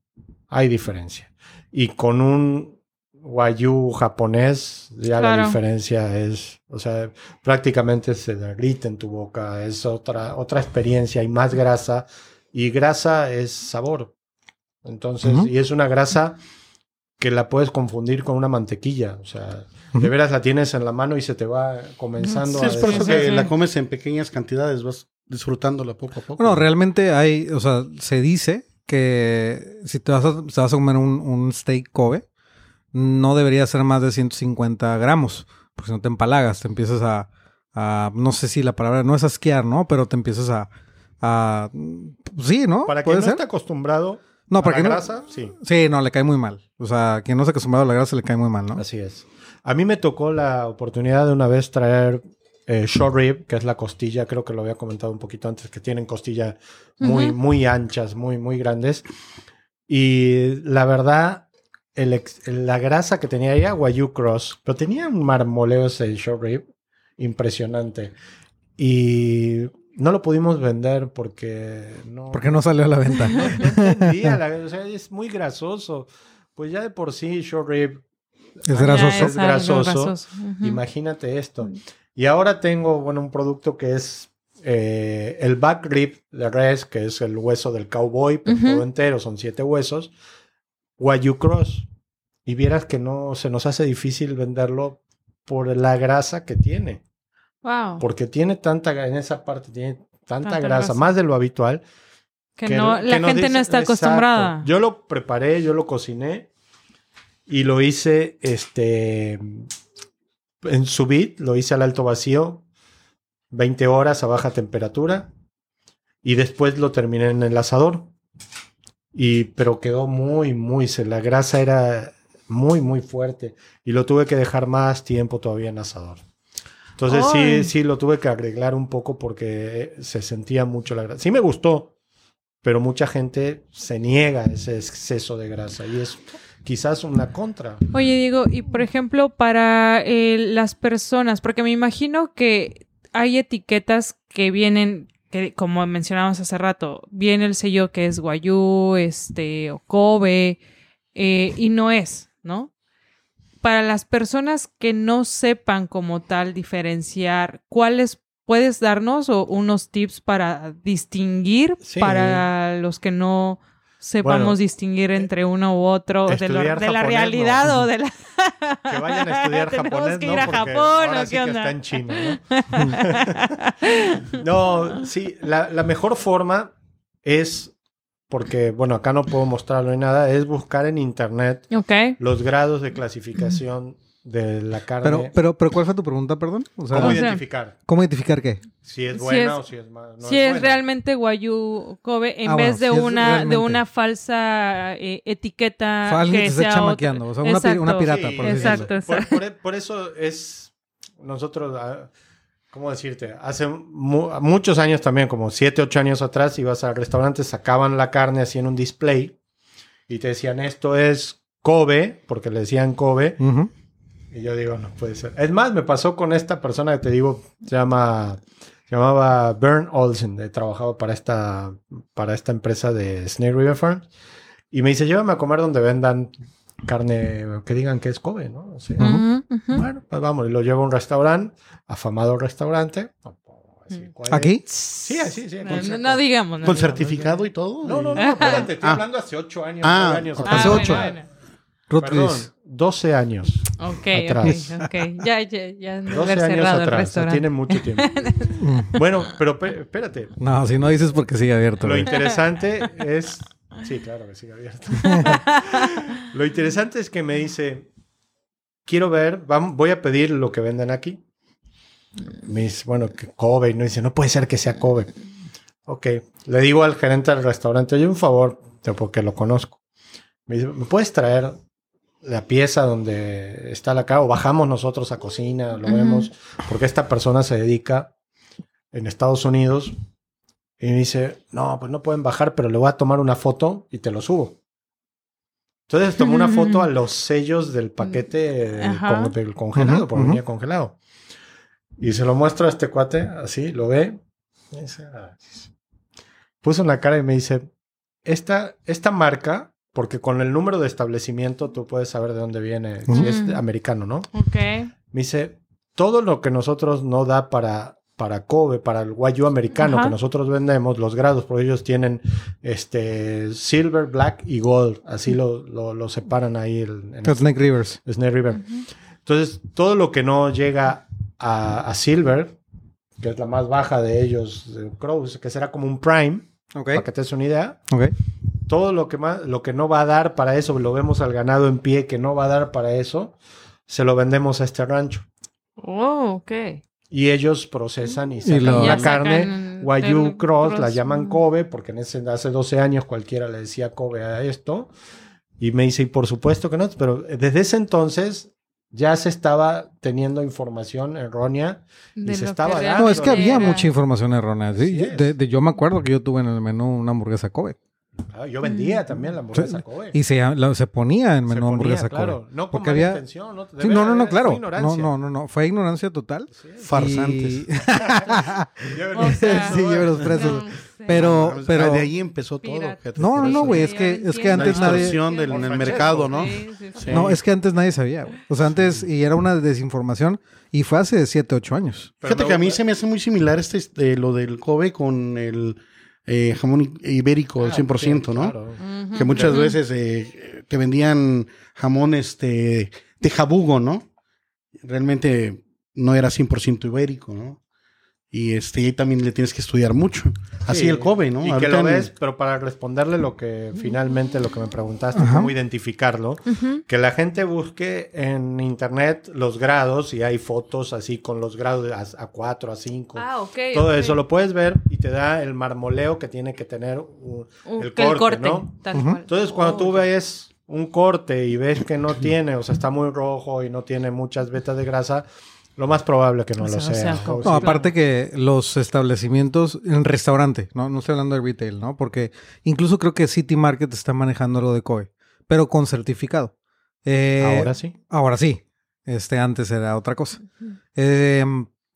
D: Hay diferencia. Y con un Wayu japonés, ya
B: Claro.
D: la diferencia es. O sea, prácticamente se derrite en tu boca. Es otra, otra experiencia. Hay más grasa. Y grasa es sabor. Entonces,
A: Ujú.
D: y es una grasa que la puedes confundir con una mantequilla. O sea,
A: Ujú.
D: de veras la tienes en la mano y se te va comenzando
C: Sí,
D: a
C: es por
B: sí,
C: eso
D: deshacer.
C: que
B: sí.
C: la comes en pequeñas cantidades, vas disfrutándola poco a poco.
A: Bueno, realmente hay. O sea, se dice que si te vas a, te vas a comer un, un steak Kobe, no debería ser más de 150 gramos. Porque si no te empalagas, te empiezas a. a- no sé si la palabra no es asquear, ¿no? Pero te empiezas a. a- sí, ¿no?
D: Para que
A: ¿Puede
D: no
A: ser?
D: esté acostumbrado
A: No,
D: a la
A: para que no-
D: grasa, sí.
A: Sí, no, le cae muy mal. O sea, quien no se ha acostumbrado a la grasa le cae muy mal, ¿no?
D: Así es. A mí me tocó la oportunidad de una vez traer eh, short rib, que es la costilla, creo que lo había comentado un poquito antes, que tienen costillas muy,
B: Ujú.
D: muy anchas, muy, muy grandes. Y la verdad, el ex- la grasa que tenía era Wagyu Cross, pero tenía un marmoleo ese short rib impresionante. Y no lo pudimos vender porque no...
A: Porque no salió a la
D: [laughs]
A: venta. [laughs]
D: entendía, la- o sea, es muy grasoso. Pues ya de por sí, short rib
A: Es
D: Ya
A: grasoso.
D: es grasoso.
B: Ujú.
D: Imagínate esto. Y ahora tengo, bueno, un producto que es eh, el back rib de res, que es el hueso del cowboy, pero
B: Ujú.
D: todo entero, son siete huesos. Wagyu cross. Y vieras que no se nos hace difícil venderlo por la grasa que tiene.
B: Wow.
D: Porque tiene tanta, gra- en esa parte tiene tanta,
B: Oh. Tanta
D: grasa,
B: grasa.
D: más de lo habitual.
B: Que, no, la
D: que nos
B: gente no
D: dice-
B: está
D: Exacto.
B: acostumbrada.
D: Yo lo preparé, yo lo cociné y lo hice este en subit, lo hice al alto vacío, 20 horas a baja temperatura y después lo terminé en el asador. Y pero quedó muy muy se la grasa era muy muy fuerte y lo tuve que dejar más tiempo todavía en asador. Entonces
B: Ay.
D: sí sí lo tuve que arreglar un poco porque se sentía mucho la grasa. Sí me gustó, pero mucha gente se niega a ese exceso de grasa y es quizás una contra.
B: Oye, Diego, y por ejemplo, para eh, las personas, porque me imagino que hay etiquetas que vienen, que como mencionábamos hace rato, viene el sello que es Guayú, este, o Kobe, eh, y no es, ¿no? Para las personas que no sepan como tal diferenciar, ¿cuáles puedes darnos o unos tips para distinguir
D: Sí.
B: para los que no sepamos
D: Bueno, eh,
B: distinguir entre uno u otro de, lo-
D: estudiar
B: de la
D: japonés,
B: realidad
D: ¿no?
B: o de la
D: [laughs] Que vayan a
B: [laughs]
D: estudiar
B: Tenemos
D: japonés,
B: que
D: ¿no?
B: ir a
D: Porque
B: Japón,
D: ahora
B: ¿o
D: sí
B: qué
D: que
B: onda?
D: está en chino,
B: [laughs]
D: ¿no? No, sí, la, la mejor forma es, porque, bueno, acá no puedo mostrarlo ni nada, es buscar en internet
B: Ok.
D: los grados de clasificación de la carne.
A: Pero, pero, pero, ¿cuál fue tu pregunta, perdón? O sea,
D: ¿Cómo
A: ¿cómo,
B: sea,
D: identificar?
A: identificar qué?
D: Si es
B: si
D: buena
B: es-
D: o si es mala. no
B: si es,
D: buena.
B: realmente Guayú Kobe en
A: Ah,
B: vez
A: bueno,
B: de
A: si es
B: una de
A: realmente.
B: una falsa eh, etiqueta
A: Fue alguien que se
B: sea
A: esté
B: otra-
A: chamaqueando, o sea, una pi- una
B: Exacto.
A: pirata, por
B: así decirlo. Exacto,
D: Por- e,
B: exacto.
D: por- por eso es nosotros, ah, ¿cómo decirte? Hace mu- muchos años también, como 7, 8 años atrás, ibas al restaurante, sacaban la carne así en un display y te decían, esto es Kobe, porque le decían Kobe,
A: Ujú.
D: y yo digo, no puede ser. Es más, me pasó con esta persona que te digo, se llama, se llamaba Bern Olsen, eh, trabajaba para esta, para esta empresa de Snake River Farms. Y me dice, llévame a comer donde vendan carne, que digan que es Kobe, ¿no? O sea,
B: Ujú, ujú.
D: Bueno, pues vamos, y lo llevo a un restaurante, afamado restaurante. No puedo decir
B: Mm.
D: cuál es.
A: ¿Aquí?
D: Sí, así, sí.
B: No,
D: aquí.
B: no, no digamos. no
C: Con
B: digamos.
C: certificado y todo.
D: No, no, no,
C: Y-
D: espérate, estoy
C: Ah.
D: hablando hace 8 años.
C: Ah,
D: nueve años.
A: hace
B: bueno,
A: ocho.
B: bueno.
A: Ruth
D: Perdón,
A: Chris.
D: 12 años.
B: Ok,
D: Atrás.
B: ok, ok. Ya, ya, ya han de
D: 12
B: haber
D: años
B: cerrado el
D: atrás. o sea,
B: restaurante.
D: tiene mucho tiempo.
A: Mm.
B: [laughs]
D: bueno, pero pe- espérate.
A: No, si no dices porque sigue abierto. ¿eh?
D: Lo
A: güey.
D: interesante es. Sí, claro que sigue abierto. lo interesante es que me dice: Quiero ver, vam- voy a pedir lo que vendan aquí. Me dice: Bueno, que Kobe. Y no dice: No puede ser que sea Kobe. Ok, le digo al gerente del restaurante: Oye, un favor, te- porque lo conozco. Me dice: ¿Me puedes traer la pieza donde está la cara? O bajamos nosotros a cocina, lo
B: Ujú.
D: vemos, porque esta persona se dedica en Estados Unidos Y me dice, no, pues no pueden bajar, pero le voy a tomar una foto y te lo subo. Entonces tomó una foto a los sellos del paquete del,
B: Ajá.
D: con- del congelado,
A: Ujú,
D: porque
A: ujú.
D: venía congelado. Y se lo muestro a este cuate, así, lo ve. y dice, "Ah". puso una cara y me dice, esta, esta marca, porque con el número de establecimiento tú puedes saber de dónde viene, si
A: Ujú.
D: es americano, ¿no?
B: Ok.
D: Me dice, todo lo que nosotros no da para, para Kobe, para el guayú americano
B: Ajá.
D: que nosotros vendemos, los grados, porque ellos tienen este silver, black y gold. Así lo, lo, lo separan ahí el- en el
A: Snake Rivers.
D: Snake River. Entonces, todo lo que no llega a, a silver, que es la más baja de ellos, de Crows, que será como un prime,
A: Ok.
D: para que te des una idea,
A: Ok.
D: todo lo que más, lo que no va a dar para eso, lo vemos al ganado en pie que no va a dar para eso, se lo vendemos a este rancho.
B: Oh, ok.
D: Y ellos procesan y sacan
A: lo- Ya
D: la
B: sacan
D: carne.
B: el-
D: Wagyu
B: el
D: Cross, la
B: cross,
D: llaman
B: mm.
D: Kobe, porque en ese, hace 12 años cualquiera le decía Kobe a esto. Y me dice, y por supuesto que no, pero desde ese entonces ya se estaba teniendo información errónea.
B: De
D: se
B: lo
D: estaba
B: que
D: dando.
A: No, es que había
B: era.
A: mucha información errónea. sí.
D: Ah, Así es.
A: De, de- yo me acuerdo que yo tuve en el menú una hamburguesa Kobe.
D: Ah, Yo
B: Mm.
D: vendía también la hamburguesa Kobe.
A: Y se, la- se ponía en
D: Se
A: menú
D: ponía,
A: hamburguesa Kobe.
D: claro, no con
A: Porque
D: mala
A: había-
D: intención, no,
A: Sí,
D: Debe
A: no, no, no,
D: haber- fue
A: claro. No,
D: ignorancia. [laughs]
A: no, no, no. Fue ignorancia total.
D: Sí.
C: Farsantes.
A: Y-
D: Llévenlos
B: O sea,
A: sí, lleve los
B: no
A: presos.
B: sé.
A: Pero,
C: Ah,
A: pero.
C: de ahí empezó todo.
B: Pirata.
C: fíjate.
A: No,
C: Por
A: no, no,
C: eso.
A: güey.
B: Sí,
A: Es que,
B: ya
A: es que
B: entiendo.
A: antes
C: La
A: nadie.
C: distorsión del- en
D: Por
C: el
D: Francesco,
C: mercado, ¿no?
B: Sí, sí, sí.
C: Sí.
A: [laughs] No, es que antes nadie sabía, güey. O sea, antes, y era una desinformación, y fue hace 7, 8 años.
D: Pero
C: Fíjate
D: no-
C: que a mí se me hace muy similar este, este, lo del Kobe con el eh, jamón i- ibérico,
D: Ah,
C: el 100%,
D: sí,
C: ¿no?
D: claro.
B: Ujú.
C: Que muchas veces eh, te vendían jamón este, de jabugo, ¿no? Realmente no era 100% ibérico, ¿no? Y este, y ahí también le tienes que estudiar mucho. Así
D: Sí,
C: el Kobe, ¿no?
D: Y que
C: Ahorita
D: lo
C: en-
D: ves, pero para responderle lo que finalmente lo que me preguntaste,
A: Ajá.
D: cómo identificarlo,
B: Ujú.
D: que la gente busque en internet los grados y hay fotos así con los grados a- a 4, a 5.
B: Ah, ok.
D: Todo
B: ok.
D: eso lo puedes ver y te da el marmoleo que tiene que tener un-
B: Uh,
D: el,
B: que
D: corte, ¿no?
B: tal
A: Ujú.
B: cual.
D: Entonces, cuando
B: Oh,
D: tú ves un corte y ves que no tiene, o sea, está muy rojo y no tiene muchas vetas de grasa, lo más probable que no
B: O sea,
D: lo
B: no
D: sea.
B: sea
D: O
B: como-
C: Pues
D: sí,
A: No,
B: claro.
A: aparte que los establecimientos en restaurante, ¿no? No estoy hablando de retail, ¿no? Porque incluso creo que City Market está manejando lo de Kobe, pero con certificado. Eh,
D: Ahora sí.
A: Ahora sí. Este antes era otra cosa. Eh,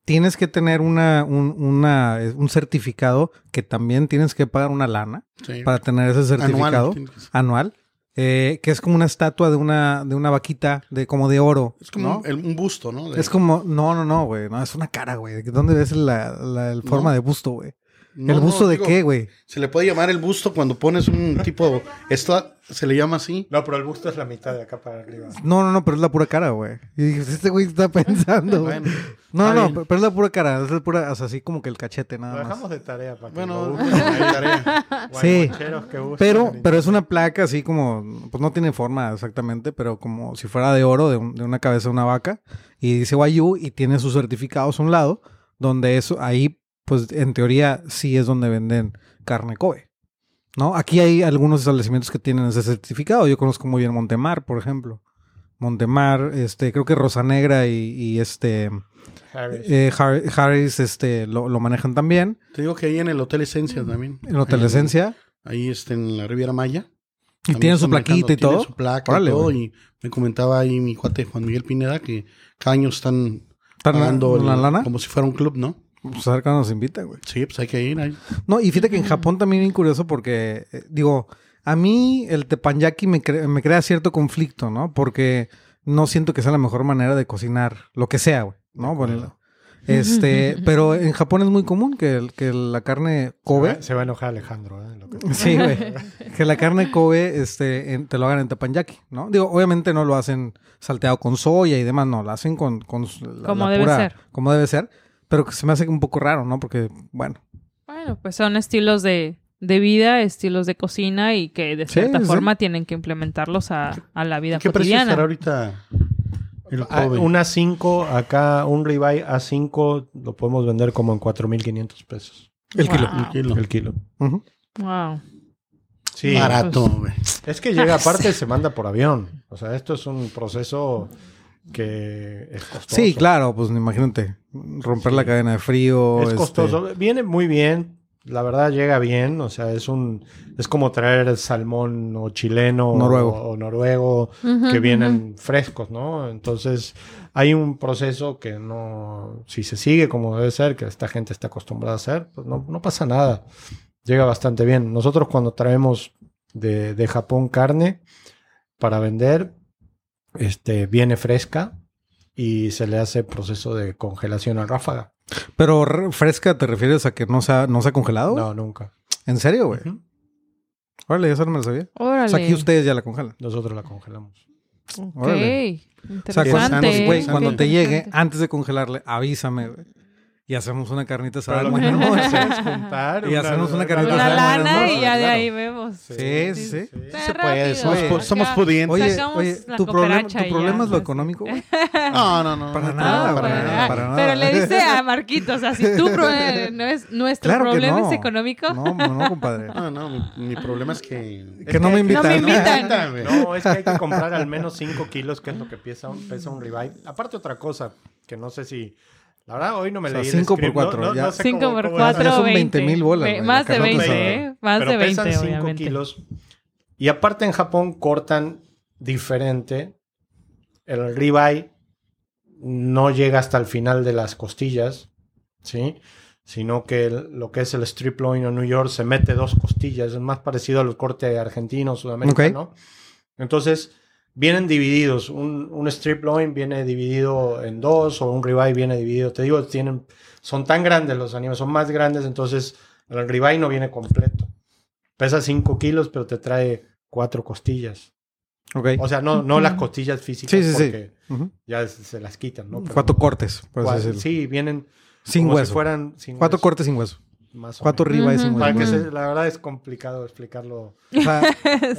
A: tienes que tener una, un, una- un certificado que también tienes que pagar una lana
C: sí,
A: para tener ese certificado
C: anual.
A: anual, eh, que es como una estatua de una, de una vaquita de como de oro.
C: Es como
A: ¿no?
C: un- el- un busto, ¿no? De-
A: Es como, no, no, no, güey, no, es una cara, güey. ¿Dónde ves la, la el forma
C: No.
A: de busto, güey?
C: No,
A: ¿El
C: no,
A: busto de
C: digo,
A: qué, güey?
C: Se le puede llamar el busto cuando pones un tipo. Esto se le llama así.
D: No, pero el busto es la mitad de acá para arriba.
A: No, no, no, pero es la pura cara, güey. Y dije, este güey está [laughs] pensando, güey.
C: Bueno,
A: No,
C: está
A: no,
C: bien.
A: pero es la pura cara, es la pura, o sea, así como que el cachete
D: Lo
A: nada
D: dejamos
A: más.
D: de tarea para que
C: bueno,
D: lo
C: bueno,
D: busquen.
C: [laughs] ahí tarea.
A: Sí.
D: Guaymocheros que busquen
A: Pero,
D: en
A: pero es una placa así como, pues no tiene forma exactamente, pero como si fuera de oro, de, un- de una cabeza de una vaca. Y dice Wayu y tiene sus certificados a un lado, donde eso, ahí, pues en teoría sí es donde venden carne Kobe. ¿No? Aquí hay algunos establecimientos que tienen ese certificado. Yo conozco muy bien Montemar, por ejemplo. Montemar, este, creo que Rosa Negra y, y este
D: Harris.
A: eh, Har- Harris, este, lo, lo manejan también.
C: Te digo que ahí en el Hotel Esencia también.
A: En Hotel Esencia.
C: Ahí este, en la Riviera Maya.
A: Y
C: También
A: tienen su
C: están
A: plaquita y
C: manejando,
A: todo.
C: tienen su placa
A: Órale,
C: y todo.
A: güey.
C: Y me comentaba ahí mi cuate Juan Miguel Pineda que cada año están
A: Están
C: pagando
A: dando la
C: el-
A: lana.
C: como si fuera un club, ¿no?
A: Pues a ver cuándo nos invita, güey.
C: Sí, pues hay que ir ahí.
A: No, y fíjate que en
B: Mm.
A: Japón también es bien curioso porque, eh, digo, a mí el tepanyaki me, cre- me crea cierto conflicto, ¿no? Porque no siento que sea la mejor manera de cocinar lo que sea, güey, ¿no? Bueno, este,
B: [laughs]
A: pero en Japón es muy común que, el- que la carne
D: Se
A: Kobe,
D: va- Se va a enojar Alejandro. ¿eh? Lo que-
A: [laughs] sí,
B: [laughs]
A: güey, que la carne Kobe este, en- te lo hagan en tepanyaki, ¿no? Digo, obviamente no lo hacen salteado con soya y demás, no, lo hacen con, con s- la-
B: Como
A: la
B: debe ser.
A: Como debe ser, pero que se me hace un poco raro, ¿no? Porque, bueno.
B: Bueno, pues son estilos de, de vida, estilos de cocina y que de
A: Sí,
B: cierta
A: sí.
B: forma tienen que implementarlos a, a la vida
C: ¿Qué precio estará
B: cotidiana.
C: ahorita el
D: Ah,
C: Kobe?
D: una 5, acá un ribeye A5 lo podemos vender como en 4.500 pesos
A: El Ah, kilo.
C: Un kilo.
D: el kilo.
A: ujú.
B: Wow.
D: Sí.
C: Barato, güey.
D: Es que llega [laughs] aparte se manda por avión. O sea, esto es un proceso que es costoso.
A: Sí, claro, pues imagínate, romper la cadena de frío.
D: Es
A: este,
D: costoso. Viene muy bien. la verdad llega bien, o sea, es un es como traer el salmón o chileno
A: Noruego.
D: o, o noruego
B: Ujú,
D: que vienen frescos, ¿no? Entonces, hay un proceso que no si se sigue como debe ser, que esta gente está acostumbrada a hacer, pues no, no pasa nada. Llega bastante bien. Nosotros cuando traemos de, de Japón carne para vender, este viene fresca y se le hace proceso de congelación a ráfaga.
A: Pero re- fresca, ¿te refieres a que no se ha, no se ha congelado?
D: No, nunca.
A: ¿En serio, güey?
D: Ujú.
A: Órale, eso no me lo sabía. O
B: Órale.
A: sea, aquí ustedes ya la congelan.
D: Nosotros la congelamos.
B: Ok.
A: Órale.
B: Interesante.
A: O sea, cuando,
C: Interesante,
A: güey,
C: interesante.
A: cuando te llegue,
B: Interesante.
A: antes de congelarle, avísame, güey. Y hacemos una carnita asada
D: Pero lo que
A: mañana [laughs]
D: tenemos
A: noche.
D: que hacer es ¿eh? [laughs] juntar
A: Y hacemos una carnita
B: Una
A: Entonces,
B: lana y
A: bueno,
B: ya de
A: claro.
B: ahí vemos.
A: Sí, sí, sí.
B: Está
D: se puede,
B: rápido.
C: Somos,
A: Oye.
C: po- somos
B: Acá
C: pudientes.
A: Oye,
B: Sacamos
A: oye,
B: la
A: tu problema,
B: cucaracha
A: tu
B: y
A: problema
B: ya,
A: es lo
B: pues.
A: económico, güey.
C: No, no, no.
A: Para
C: no,
A: nada,
B: No,
A: Ah, para
B: para
A: nada,
B: nada.
A: para nada.
B: Pero le dice a Marquitos, o sea, si tu
A: [laughs]
B: problema no es nuestro
A: Claro que
B: problema
A: no.
B: es económico,
A: No, no, no,
B: [laughs]
A: compadre.
C: No, no, mi, mi problema es que...
A: Que no me invitan.
B: No me invitan.
C: Cuéntame.
D: No, es que hay que comprar al menos 5 kilos, que es lo que pesa un, pesa un ribeye. Aparte otra cosa, que no sé si... La verdad, hoy no me
A: O sea,
D: leí el
A: cinco por
D: script, no-
A: cuatro,
D: no-
A: ya.
D: no sé cómo-
B: 5 por
D: cómo era.
B: 4,
A: Ya son
B: 20.
A: 20.000 bolas,
B: Ve-
A: güey,
B: Más
A: la
B: de
A: carnota
B: 20,
A: asada.
B: ¿eh? Más
D: pero
B: de 20,
D: pesan 5
B: obviamente. [laughs]
D: kilos. Y aparte en Japón cortan diferente. El ribeye no llega hasta el final de las costillas, ¿sí? Sino que el- lo que es el strip loin o New York se mete dos costillas. Es más parecido al corte argentino, sudamericano. Entonces, vienen divididos. Un, un strip loin viene dividido en dos o un ribeye viene dividido. Te digo, tienen, son tan grandes los animales, son más grandes, entonces el ribeye no viene completo. Pesa 5 kilos, pero te trae cuatro costillas.
A: Ok.
D: O sea, no, no las costillas físicas
A: Sí, sí, sí.
D: porque
A: Ujú.
D: ya se se las quitan, ¿no? Pero
A: Cuatro cortes, por así
D: cua-
A: decirlo.
D: Sí, vienen
A: Sin
D: como si
A: hueso.
D: fueran sin
A: Cuatro
D: hueso,
A: cortes sin hueso.
D: más o
A: Cuatro
D: menos.
A: ribeyes sin
B: Ujú.
A: hueso.
D: Para que
B: Mm.
D: se- la verdad es complicado explicarlo.
A: O
B: [laughs]
A: sea,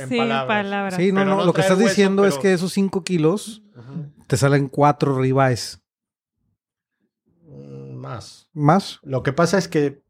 B: sí,
D: palabras.
B: palabras.
A: sí, no,
D: Pero
A: no,
D: no
A: Lo que
D: trae
A: estás
D: hueso,
A: diciendo es
D: pero-
A: que esos cinco kilos te salen cuatro ribeyes.
D: Mm, Más.
A: ¿Más?
D: Lo que pasa es que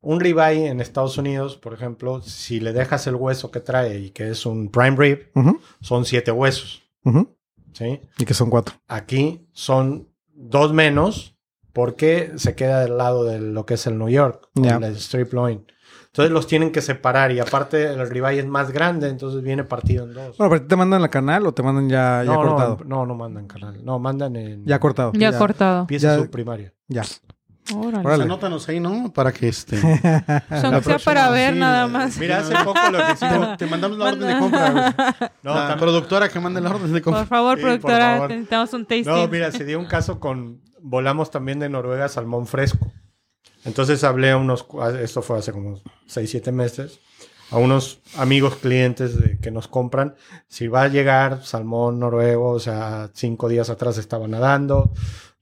D: un ribeye en Estados Unidos, por ejemplo, si le dejas el hueso que trae y que es un prime rib,
A: Ujú,
D: son siete huesos,
A: ujú.
D: ¿sí?
A: Y que son cuatro.
D: Aquí son dos menos porque se queda del lado de lo que es el New York,
A: Ya.
D: el strip loin. Entonces los tienen que separar y aparte el ribeye es más grande, entonces viene partido en dos.
A: Bueno, pero ¿te mandan la canal o te mandan ya, ya
D: no, no,
A: cortado?
D: no, no mandan canal, no mandan en
A: Ya cortado.
B: Ya, Pues
D: Ya.
B: cortado.
D: pieza
A: ya-
D: subprimaria.
A: Ya. [laughs]
B: Órale.
A: Órale. Ah,
C: Anótanos ahí, ¿no? Para que este...
B: O sea,
C: La
B: aunque sea
C: próxima,
B: para ver
C: sí,
B: nada
C: la-
B: más.
D: eh, Mira, hace poco lo que hicimos.
C: Te,
D: [laughs]
B: [laughs]
C: te mandamos la orden de compra, güey.
D: No,
C: la
D: tam-
C: productora que mande la orden de compra.
B: Por favor,
D: Sí, por
B: productora,
D: favor.
B: necesitamos un tasting.
D: No, mira, se dio un caso con. Volamos también de Noruega a salmón fresco. Entonces hablé a unos. cu- a- Esto fue hace como 6, 7 meses. A unos amigos clientes de- que nos compran. Si va a llegar salmón noruego, o sea, cinco días atrás estaba nadando.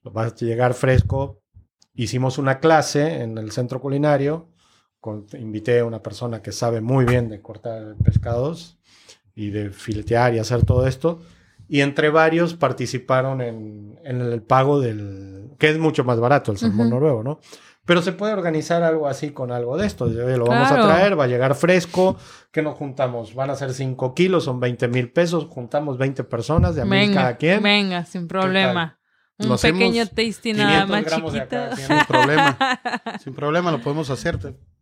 D: Va a llegar fresco. Hicimos una clase en el centro culinario. con- invité a una persona que sabe muy bien de cortar pescados y de filetear y hacer todo esto. Y entre varios participaron en, en el pago del... que es mucho más barato el salmón
B: Ujú.
D: noruego, ¿no? Pero se puede organizar algo así con algo de esto. de, "Oye, Lo vamos
B: Claro.
D: a traer, va a llegar fresco. ¿Qué nos juntamos? Van a ser 5 kilos, son 20 mil pesos. Juntamos 20 personas de a mil
B: venga,
D: cada quien.
B: venga, sin problema. Un
C: Lo hacemos
B: pequeño tasting nada
D: 500
B: más
D: gramos de acá,
B: chiquito.
D: cien.
C: Sin problema. Sin problema lo podemos hacer.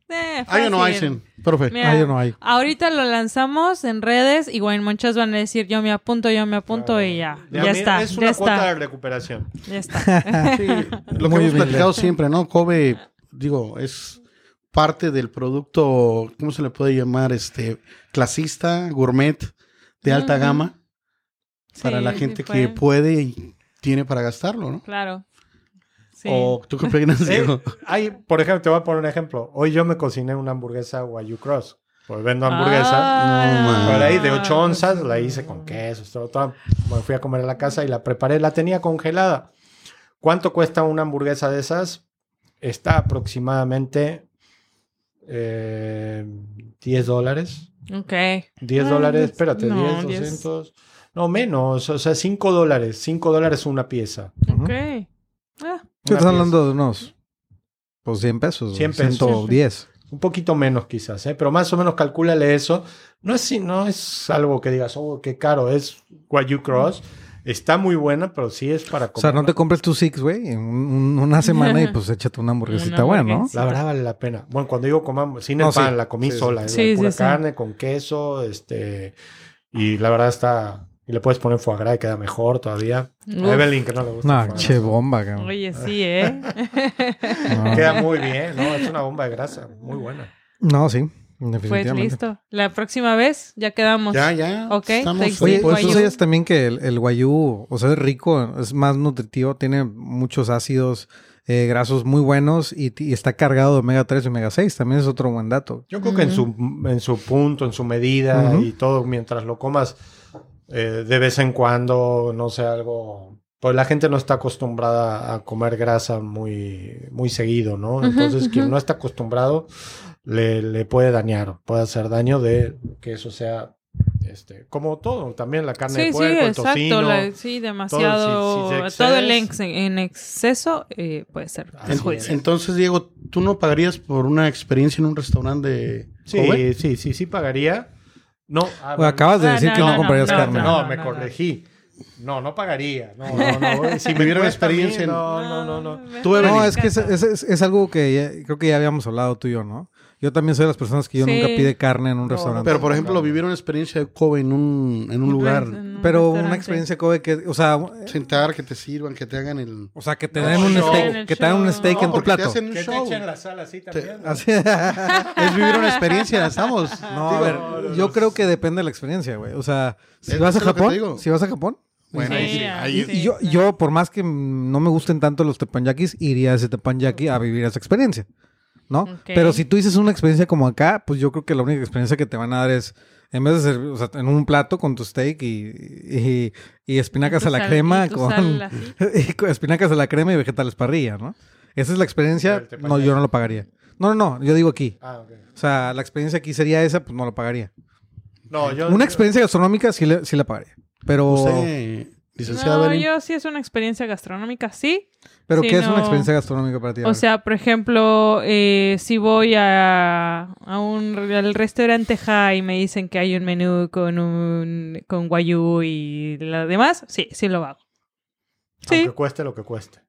B: Eh,
C: Hay o no
B: fácil.
C: Aizen, profe.
B: Mira,
A: Ah, yo no hay.
B: Ahorita lo lanzamos en redes y en muchas van a decir yo me apunto, yo me apunto y ya.
D: De a
B: Ya
D: mil-
B: está,
D: Es
B: ya
D: una cuota
B: está,
D: de recuperación.
B: ya está.
C: Sí, lo que
A: Muy
C: hemos
A: humilde.
C: platicado siempre, ¿no? Kobe, digo, es parte del producto, ¿cómo se le puede llamar? Este, clasista, gourmet, de alta
B: Ujú.
C: gama, para
B: Sí,
C: la
B: sí
C: gente que
B: puede.
C: puede y tiene para gastarlo, ¿no?
B: Claro. Sí.
C: O tú qué opinas,
D: Eh,
C: Diego?
D: hay, por ejemplo, te voy a poner un ejemplo. Hoy yo me cociné una hamburguesa Wagyu Cross. Pues vendo hamburguesa.
B: Ah.
D: Por ahí de 8 onzas, la hice con queso, todo, todo. Me fui a comer a la casa y la preparé, la tenía congelada. ¿Cuánto cuesta una hamburguesa de esas? Está aproximadamente eh, 10 dólares.
B: Ok.
D: 10
B: Ah,
D: dólares,
B: pues,
D: espérate,
B: no,
D: 10,
B: 10.
D: 200. No, menos, o sea, 5 dólares. 5 dólares una pieza.
A: Ujú.
B: Ok. Ah,
A: Estás
D: Una
A: hablando de unos. Pues 100 pesos.
D: 100
A: 100
D: pesos.
A: 110.
D: Un poquito menos quizás, ¿eh? pero más o menos calcúlale eso. No es, si- no es algo que digas, oh, qué caro, es Wagyu Cross. Está muy buena, pero sí es para
A: O sea, no te
D: comprarla.
A: compres tu Six, güey, en un- un-
B: [laughs]
A: una semana y pues échate una hamburguesita buena, ¿no?
D: La verdad vale la pena. Bueno, cuando digo comamos, sin el
A: No, sí.
D: pan, la comí
A: Sí, sí.
D: sola. eh,
B: Sí,
D: pura
B: sí, sí.
D: carne, con queso, este. Y la verdad está. Y le puedes poner foie gras y queda mejor todavía.
B: Uf.
D: A Evelyn, que no le gusta. el
A: No,
D: foie gras.
A: che bomba, cabrón.
B: Oye, sí, ¿eh? [laughs]
A: No.
D: Queda muy bien, ¿no? Es una bomba de grasa. Muy buena.
A: No, sí,
B: pues
A: definitivamente.
B: listo. La próxima vez ya quedamos.
C: Ya, ya.
B: Ok, thanks,
A: Oye, pues
B: Sí,
A: tú
B: guayú.
A: sabías también que el, el guayú, o sea, es rico, es más nutritivo, tiene muchos ácidos eh, grasos muy buenos y, y está cargado de omega 3 y omega 6, también es otro buen dato.
D: Yo creo que en su, en su punto, en su medida
A: Ujú.
D: y todo, mientras lo comas eh, de vez en cuando, no sé, algo... Pues la gente no está acostumbrada a comer grasa muy, muy seguido, ¿no? Entonces, quien
B: ujú.
D: no está acostumbrado le, le puede dañar, puede hacer daño de que eso sea, este, como todo, también la carne
B: Sí,
D: de
B: sí,
D: puerco, el
B: exacto.
D: tocino.
B: la- sí, demasiado.
D: si
B: Todo,
D: se
B: el ex,
D: excedes-
B: en exceso eh, puede ser
C: Ah,
D: Así es.
B: perjudicial.
C: Entonces, Diego, ¿tú no pagarías por una experiencia en un restaurante de joven?
D: Sí, sí, sí, sí pagaría. No, ah,
A: Bueno, acabas de
B: Ah,
A: decir
B: no,
A: que no,
B: no,
A: comprarías
D: no,
A: carne.
D: No,
B: no,
D: me
B: no,
D: corregí. No, no pagaría. No, no, [laughs] no. Si
C: Me
D: me
C: dieron
D: una
C: experiencia
D: experiencia.
C: en-
D: No, no, no, no.
B: me-
C: Tú,
B: me
C: Evelyn.
A: No, es que es,
B: encanta.
A: es- es- es algo que ya- creo que ya habíamos hablado tú y yo, ¿no? Yo también soy de las personas que yo
B: Sí.
A: nunca pide carne en un
D: No,
A: restaurante.
C: Pero, por ejemplo, vivir una experiencia de joven en un, en un lugar.
B: En un
A: Pero una
B: restaurante.
A: experiencia Kobe que, o sea,
C: Sentar, que te sirvan, que te hagan el...
A: o sea que te
D: No,
A: den un
D: no.
A: steak, que te den un
B: No,
A: steak en tu
C: porque
A: plato.
C: te hacen un
D: Que te
C: show.
D: echen la sal así también.
A: [laughs]
D: ¿no?
A: Así-
C: [laughs] Es vivir una experiencia, estamos.
A: No, a
C: Digo,
A: ver,
D: no, no,
A: yo
D: no.
A: creo que depende de la experiencia, güey. O sea, si
C: Es
A: vas a
C: lo que te
A: Japón,
C: digo.
A: si vas a Japón,
C: Bueno,
B: Sí,
C: ahí sí,
B: ah,
C: ahí-
B: sí.
A: y yo, yo, por más que mm, no me gusten tanto los teppanyakis, iría a ese teppanyaki a vivir esa experiencia, ¿no?
B: Ok.
A: Pero si tú dices una experiencia como acá, pues yo creo que la única experiencia que te van a dar es, en vez de servir, o sea, en un plato con tu steak y, y- y espinacas
B: Tu
A: a la
B: sal-
A: crema,
B: y tu
A: con,
B: sal así.
A: [laughs] y con espinacas a la crema y vegetales parrilla, ¿no? Esa es la experiencia,
D: Pero el
A: no, yo no lo pagaría. No, no, no, yo digo aquí.
D: Ah, ok.
A: O sea, la experiencia aquí sería esa, pues no lo pagaría.
D: No, yo.
A: Una experiencia gastronómica sí, le- sí la pagaría. Pero,
C: Usted, licenciada
B: No,
C: Belén,
B: yo sí es una experiencia gastronómica, sí.
A: pero
B: sí,
A: ¿qué es
B: no.
A: una experiencia gastronómica para ti? A
B: O
A: ver.
B: sea, por ejemplo, eh, si voy a, a un al restaurante high y me dicen que hay un menú con un con guayú y lo demás, sí, sí lo hago. Sí,
D: Aunque cueste lo que cueste.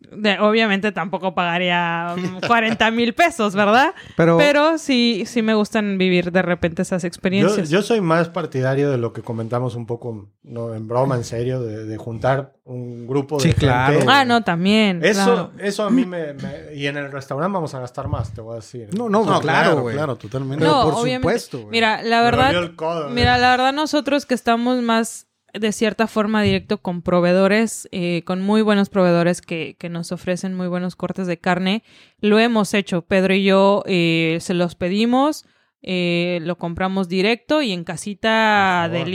B: de- obviamente
A: [laughs]
B: tampoco pagaría mm, 40 mil pesos, ¿verdad?
A: pero,
B: Pero sí, sí me gustan vivir de repente esas
D: Yo,
B: experiencias.
D: yo soy más partidario de lo que comentamos un poco, no en broma, en serio, de, de juntar un grupo de.
A: Sí,
D: gente.
A: claro.
B: ah, no, también.
D: Eso,
B: claro.
D: eso a mí me, me- Y en el restaurante vamos a gastar más, te voy a decir.
A: No, no,
C: No,
A: claro,
C: claro,
A: güey.
C: claro, totalmente.
A: Pero
B: No,
A: por
B: obviamente.
A: supuesto, güey.
B: Mira, la
D: Me
B: verdad.
D: dolió el codo,
B: Mira,
D: eh.
B: la verdad nosotros que estamos más de cierta forma directo con proveedores, eh, con muy buenos proveedores que, que nos ofrecen muy buenos cortes de carne, lo hemos hecho. Pedro y yo eh, se los pedimos, eh, lo compramos directo y en casita
D: Por favor.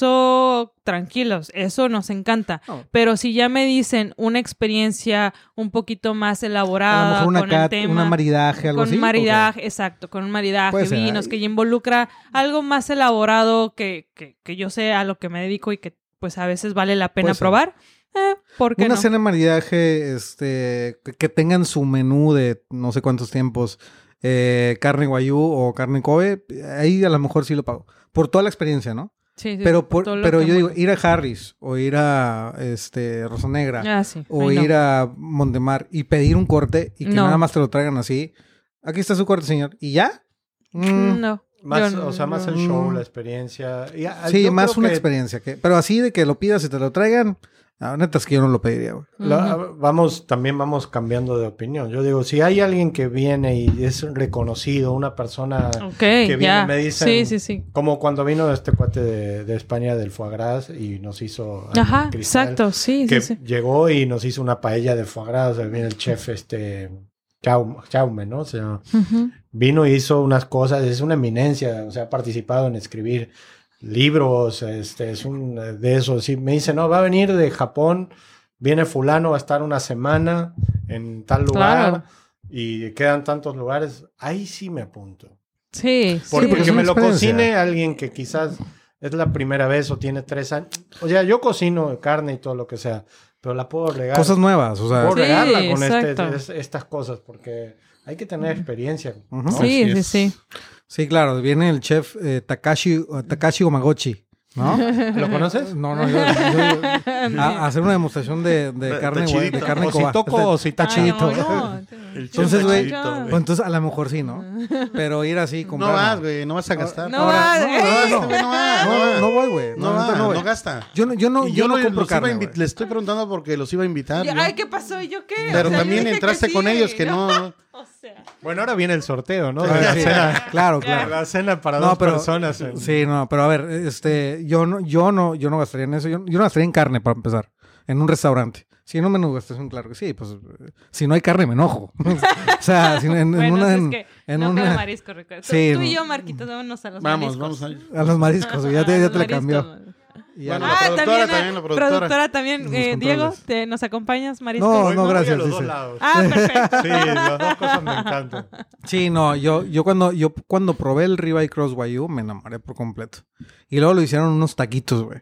B: delicioso, tranquilos. Eso nos encanta.
A: No.
B: Pero si ya me dicen una experiencia un poquito más elaborada,
A: a lo mejor una,
B: ah, con el
A: cat,
B: tema,
A: una maridaje, algo
B: con
A: así.
B: un maridaje, exacto, con un maridaje,
A: Puede ser,
B: vinos,
A: ahí-
B: que ya involucra algo más elaborado que, que, que yo sé a lo que me dedico y que pues a veces vale la pena
A: Puede ser.
B: probar. Eh, ¿Por
A: ¿o qué?
B: qué
A: Una
B: no?
A: cena de maridaje, este, que- que tengan su menú de no sé cuántos tiempos, eh, carne guayú o carne Kobe, ahí a lo mejor sí lo pago. Por toda la experiencia, ¿no?
B: Sí, sí,
A: pero por,
B: por todo lo
A: pero
B: que
A: yo digo,
B: envuelve.
A: ir a Harris o ir a este Rosa Negra.
B: Ah, sí.
A: o
B: Ay, no.
A: ir a Montemar y pedir un corte y que
B: No.
A: nada más te lo traigan así. Aquí está su corte, señor. ¿Y ya? Mm,
B: No,
D: Más,
B: yo
D: o sea, más el
A: no.
D: show, la experiencia. Y a-
A: sí,
D: yo
A: más
D: creo
A: una
D: que
A: experiencia. Que, pero así de que lo pidas y te lo traigan, la neta es que yo no lo pediría, güey.
B: Mm,
D: La- vamos, también vamos cambiando de opinión. Yo digo, si hay alguien que viene y es reconocido, una persona
B: Ok,
D: que viene
B: ya.
D: y me dicen,
B: Sí, sí, sí.
D: como cuando vino este cuate de, de España del foie gras y nos hizo al
B: Ajá,
D: cristal,
B: exacto, sí,
D: que
B: sí, sí.
D: llegó y nos hizo una paella de foie gras, o sea, viene el chef este Chaume, Chaume, ¿no? O sea,
B: Ujú.
D: vino y hizo unas cosas, es una eminencia, o sea, ha participado en escribir libros, este, es un eh, de eso, sí, me dice, no, va a venir de Japón, viene fulano, va a estar una semana en tal lugar
B: Claro.
D: y quedan tantos lugares, ahí sí me apunto.
B: Sí,
D: Por-
B: sí.
A: pues
D: porque
A: es una
D: me lo
A: experiencia.
D: cocine alguien que quizás es la primera vez o tiene tres años, o sea, yo cocino carne y todo lo que sea, pero la puedo regar.
A: Cosas nuevas, o sea.
D: Puedo
B: Sí,
D: regarla con este-
B: exacto.
D: es- estas cosas porque hay que tener experiencia.
A: ujú.
B: Sí,
C: Así
B: sí,
C: es.
B: sí.
A: Sí, claro. Viene el chef eh, Takashi, Takashi Omagochi.
B: [laughs]
A: ¿No?
D: ¿Lo conoces?
A: No, no, yo, yo- a- hacer una demostración de, de
E: Está
A: carne, güey, de
E: chidito.
A: carne
D: o si
A: coba.
D: toco o
A: Este-
D: si tachito.
B: Ay, [laughs] no, no.
E: El
A: Entonces, güey,
E: chilpachito,
B: güey.
A: pues, entonces a lo mejor sí, ¿no? Pero ir así
C: No
A: comprar.
C: vas, güey, no vas a gastar.
B: No vas,
A: no,
B: eh.
A: no,
C: Este güey no va,
A: No, no, no voy, güey.
C: No,
A: neta,
C: va,
A: voy.
C: no gasta.
A: Yo no, yo no,
C: Y
A: yo no
C: lo-
A: compro
C: los iba a
A: carne.
C: invi-
A: güey.
C: Le estoy preguntando porque los iba a invitar.
B: Y-
C: yo.
B: Ay, ¿qué pasó? ¿Y yo qué? O
C: Pero
B: sea, yo
C: también
B: dije que
C: entraste con
B: sí. eh,
C: ellos que no.
B: [laughs] O sea,
D: Bueno, ahora viene el sorteo, ¿no?
A: A
D: De
A: ver,
D: la
A: sí,
D: cena.
A: Claro, claro.
D: La cena para
A: No,
D: dos
A: pero-
D: personas. eh.
A: Sí, no, pero a ver, este, yo no, yo no, yo no gastaría en eso, yo, yo no gastaría en carne para empezar, en un restaurante. Si en un menú gastación, claro que sí, pues eh, si no hay carne me enojo. [laughs] o sea, si en, en
B: bueno,
A: una,
B: si
A: en-
B: es que
A: en
B: no queda
A: una-
B: marisco, Ricardo. Tú-
A: Sí,
B: tú y
A: no.
B: yo, Marquito, vámonos a los
C: Vamos,
B: mariscos.
C: vamos a
A: a los
B: [laughs]
A: mariscos, ya te, ya te la
B: Los
A: cambió.
B: mariscos.
A: Y ya-
C: Bueno,
B: Ah,
C: productora
B: también,
C: también,
B: la
C: la
B: productora,
C: productora.
B: también.
A: Los
B: Eh,
A: controles.
B: Diego, ¿te, ¿nos acompañas, Marisco?
A: No,
D: Voy-
A: no,
D: Pues voy a
A: gracias,
D: los dos
A: dice.
D: lados.
B: Ah,
A: [laughs]
B: perfecto.
D: Sí, las dos cosas me encantan.
A: Sí, no, yo, yo cuando, yo cuando probé el ribeye cross Wagyu me enamoré por completo. Y luego lo hicieron unos taquitos, güey.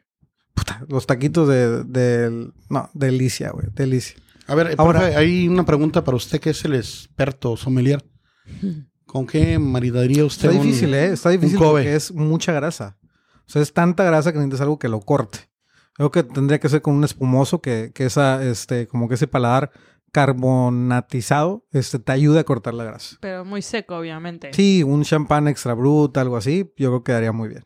A: Puta, los taquitos de, del- no, delicia, güey, delicia.
C: A ver, eh,
A: Ahora-
C: profe, hay una pregunta para usted que es el experto sommelier. ¿Con qué maridaría usted?
A: Está
C: un-
A: difícil, ¿eh? Está difícil
C: Kobe.
A: porque es mucha grasa. O sea, es tanta grasa que necesitas algo que lo corte. Creo que tendría que ser con un espumoso que, que esa, este, como que ese paladar carbonatizado, este, te ayude a cortar la grasa.
B: Pero muy seco, obviamente.
A: Sí, un champán extra bruto, algo así, yo creo que daría muy bien.